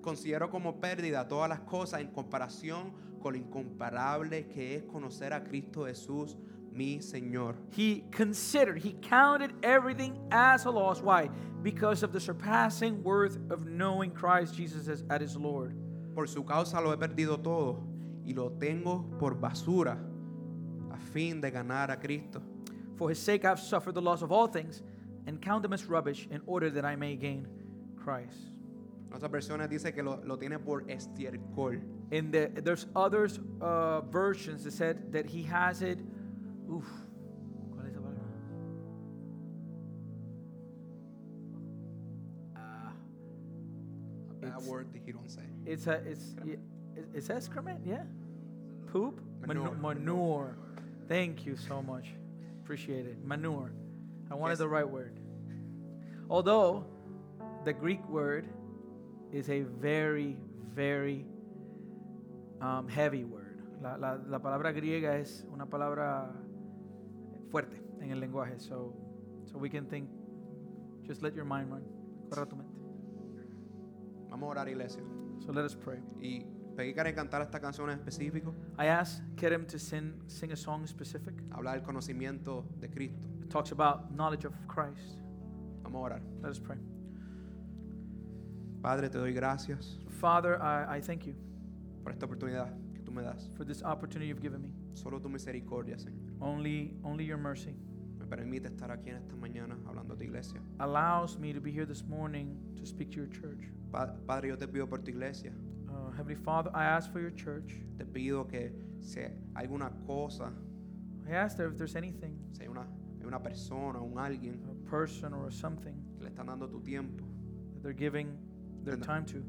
B: considero como pérdida todas las cosas en comparación con lo incomparable que es conocer a Cristo Jesús, mi Señor.
A: he considered, he counted everything as a loss. Why? Because of the surpassing worth of knowing Christ Jesus as, as his Lord.
B: Por su causa lo he perdido todo y lo tengo por basura a fin de ganar a Cristo.
A: For his sake I have suffered the loss of all things and count them as rubbish in order that I may gain Christ.
B: Otras versiones dice que lo, lo tiene por estiércol.
A: And the, there's others uh, versions that said that he has it. Uf, ¿cuál es la palabra? Ah,
B: A bad
A: It's-
B: word that he don't say.
A: it's a it's y- it's- it's excrement, yeah. Poop,
B: Manure.
A: manure. manure. Thank you so much, appreciate it. Manure. I wanted
B: Yes.
A: the right word. Although the Greek word is a very very um, heavy word. La, la, la palabra griega es una palabra fuerte en el lenguaje. So so we can think. Just let your mind run. Corra tu mente.
B: Vamos a orar, iglesia.
A: So let us pray.
B: Y pedí que cantar esta canción en específico,
A: I asked Kerem to sing, sing a song specific.
B: hablar del conocimiento de Cristo.
A: It talks about knowledge of Christ.
B: Vamos a orar.
A: Let us pray.
B: Padre, te doy gracias
A: Father, I, I thank you
B: por esta oportunidad que tú me das.
A: for this opportunity you've given me.
B: Solo tu misericordia, Señor,
A: Only, only your mercy
B: me permite estar aquí en esta mañana hablando a tu iglesia.
A: allows me to be here this morning to speak to your church.
B: Pa- Padre, yo te pido por tu iglesia.
A: Uh, Heavenly Father, I ask for your church.
B: Te pido que si hay alguna cosa,
A: I ask that if there's anything,
B: si hay una, hay una persona, un alguien
A: a person or something
B: que le están dando tu tiempo,
A: that they're giving their
B: Amen.
A: time to,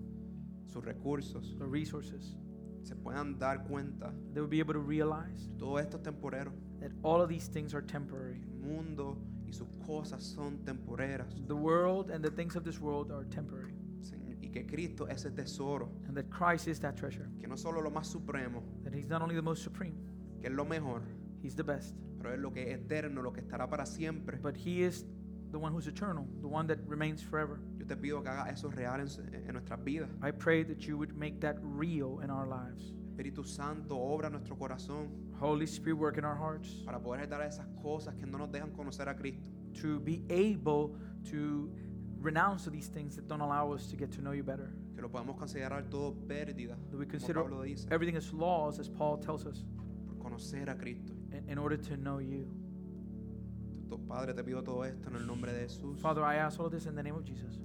B: sus recursos,
A: their resources,
B: se puedan dar cuenta.
A: they will be able to realize
B: Todo esto es temporero.
A: that all of these things are temporary.
B: El mundo y sus cosas son temporeras.
A: The world and the things of this world are temporary,
B: Señor, y que Cristo es el tesoro,
A: and that Christ is that treasure.
B: que no solo lo más supremo,
A: that he's not only the most supreme,
B: que es lo mejor,
A: he's the best,
B: pero es lo que es eterno, lo que estará para siempre.
A: but he is the one who's eternal, the one that remains forever.
B: Yo te pido que hagas eso real en, en nuestras vidas.
A: I pray that you would make that real in our lives.
B: Espíritu Santo, obra en nuestro corazón
A: Holy Spirit, work in our hearts
B: para poder dar a esas cosas que no nos dejan conocer a Cristo.
A: to be able to renounce these things that don't allow us to get to know you better.
B: Que lo podamos considerar todo pérdida,
A: That we
B: como
A: consider
B: Pablo dice,
A: everything as laws, as Paul tells us,
B: por conocer a Cristo.
A: in, in order to know you.
B: Tu- tu- Padre, te pido todo esto en el nombre de Jesús.
A: Father, I ask all of this in the name of Jesus.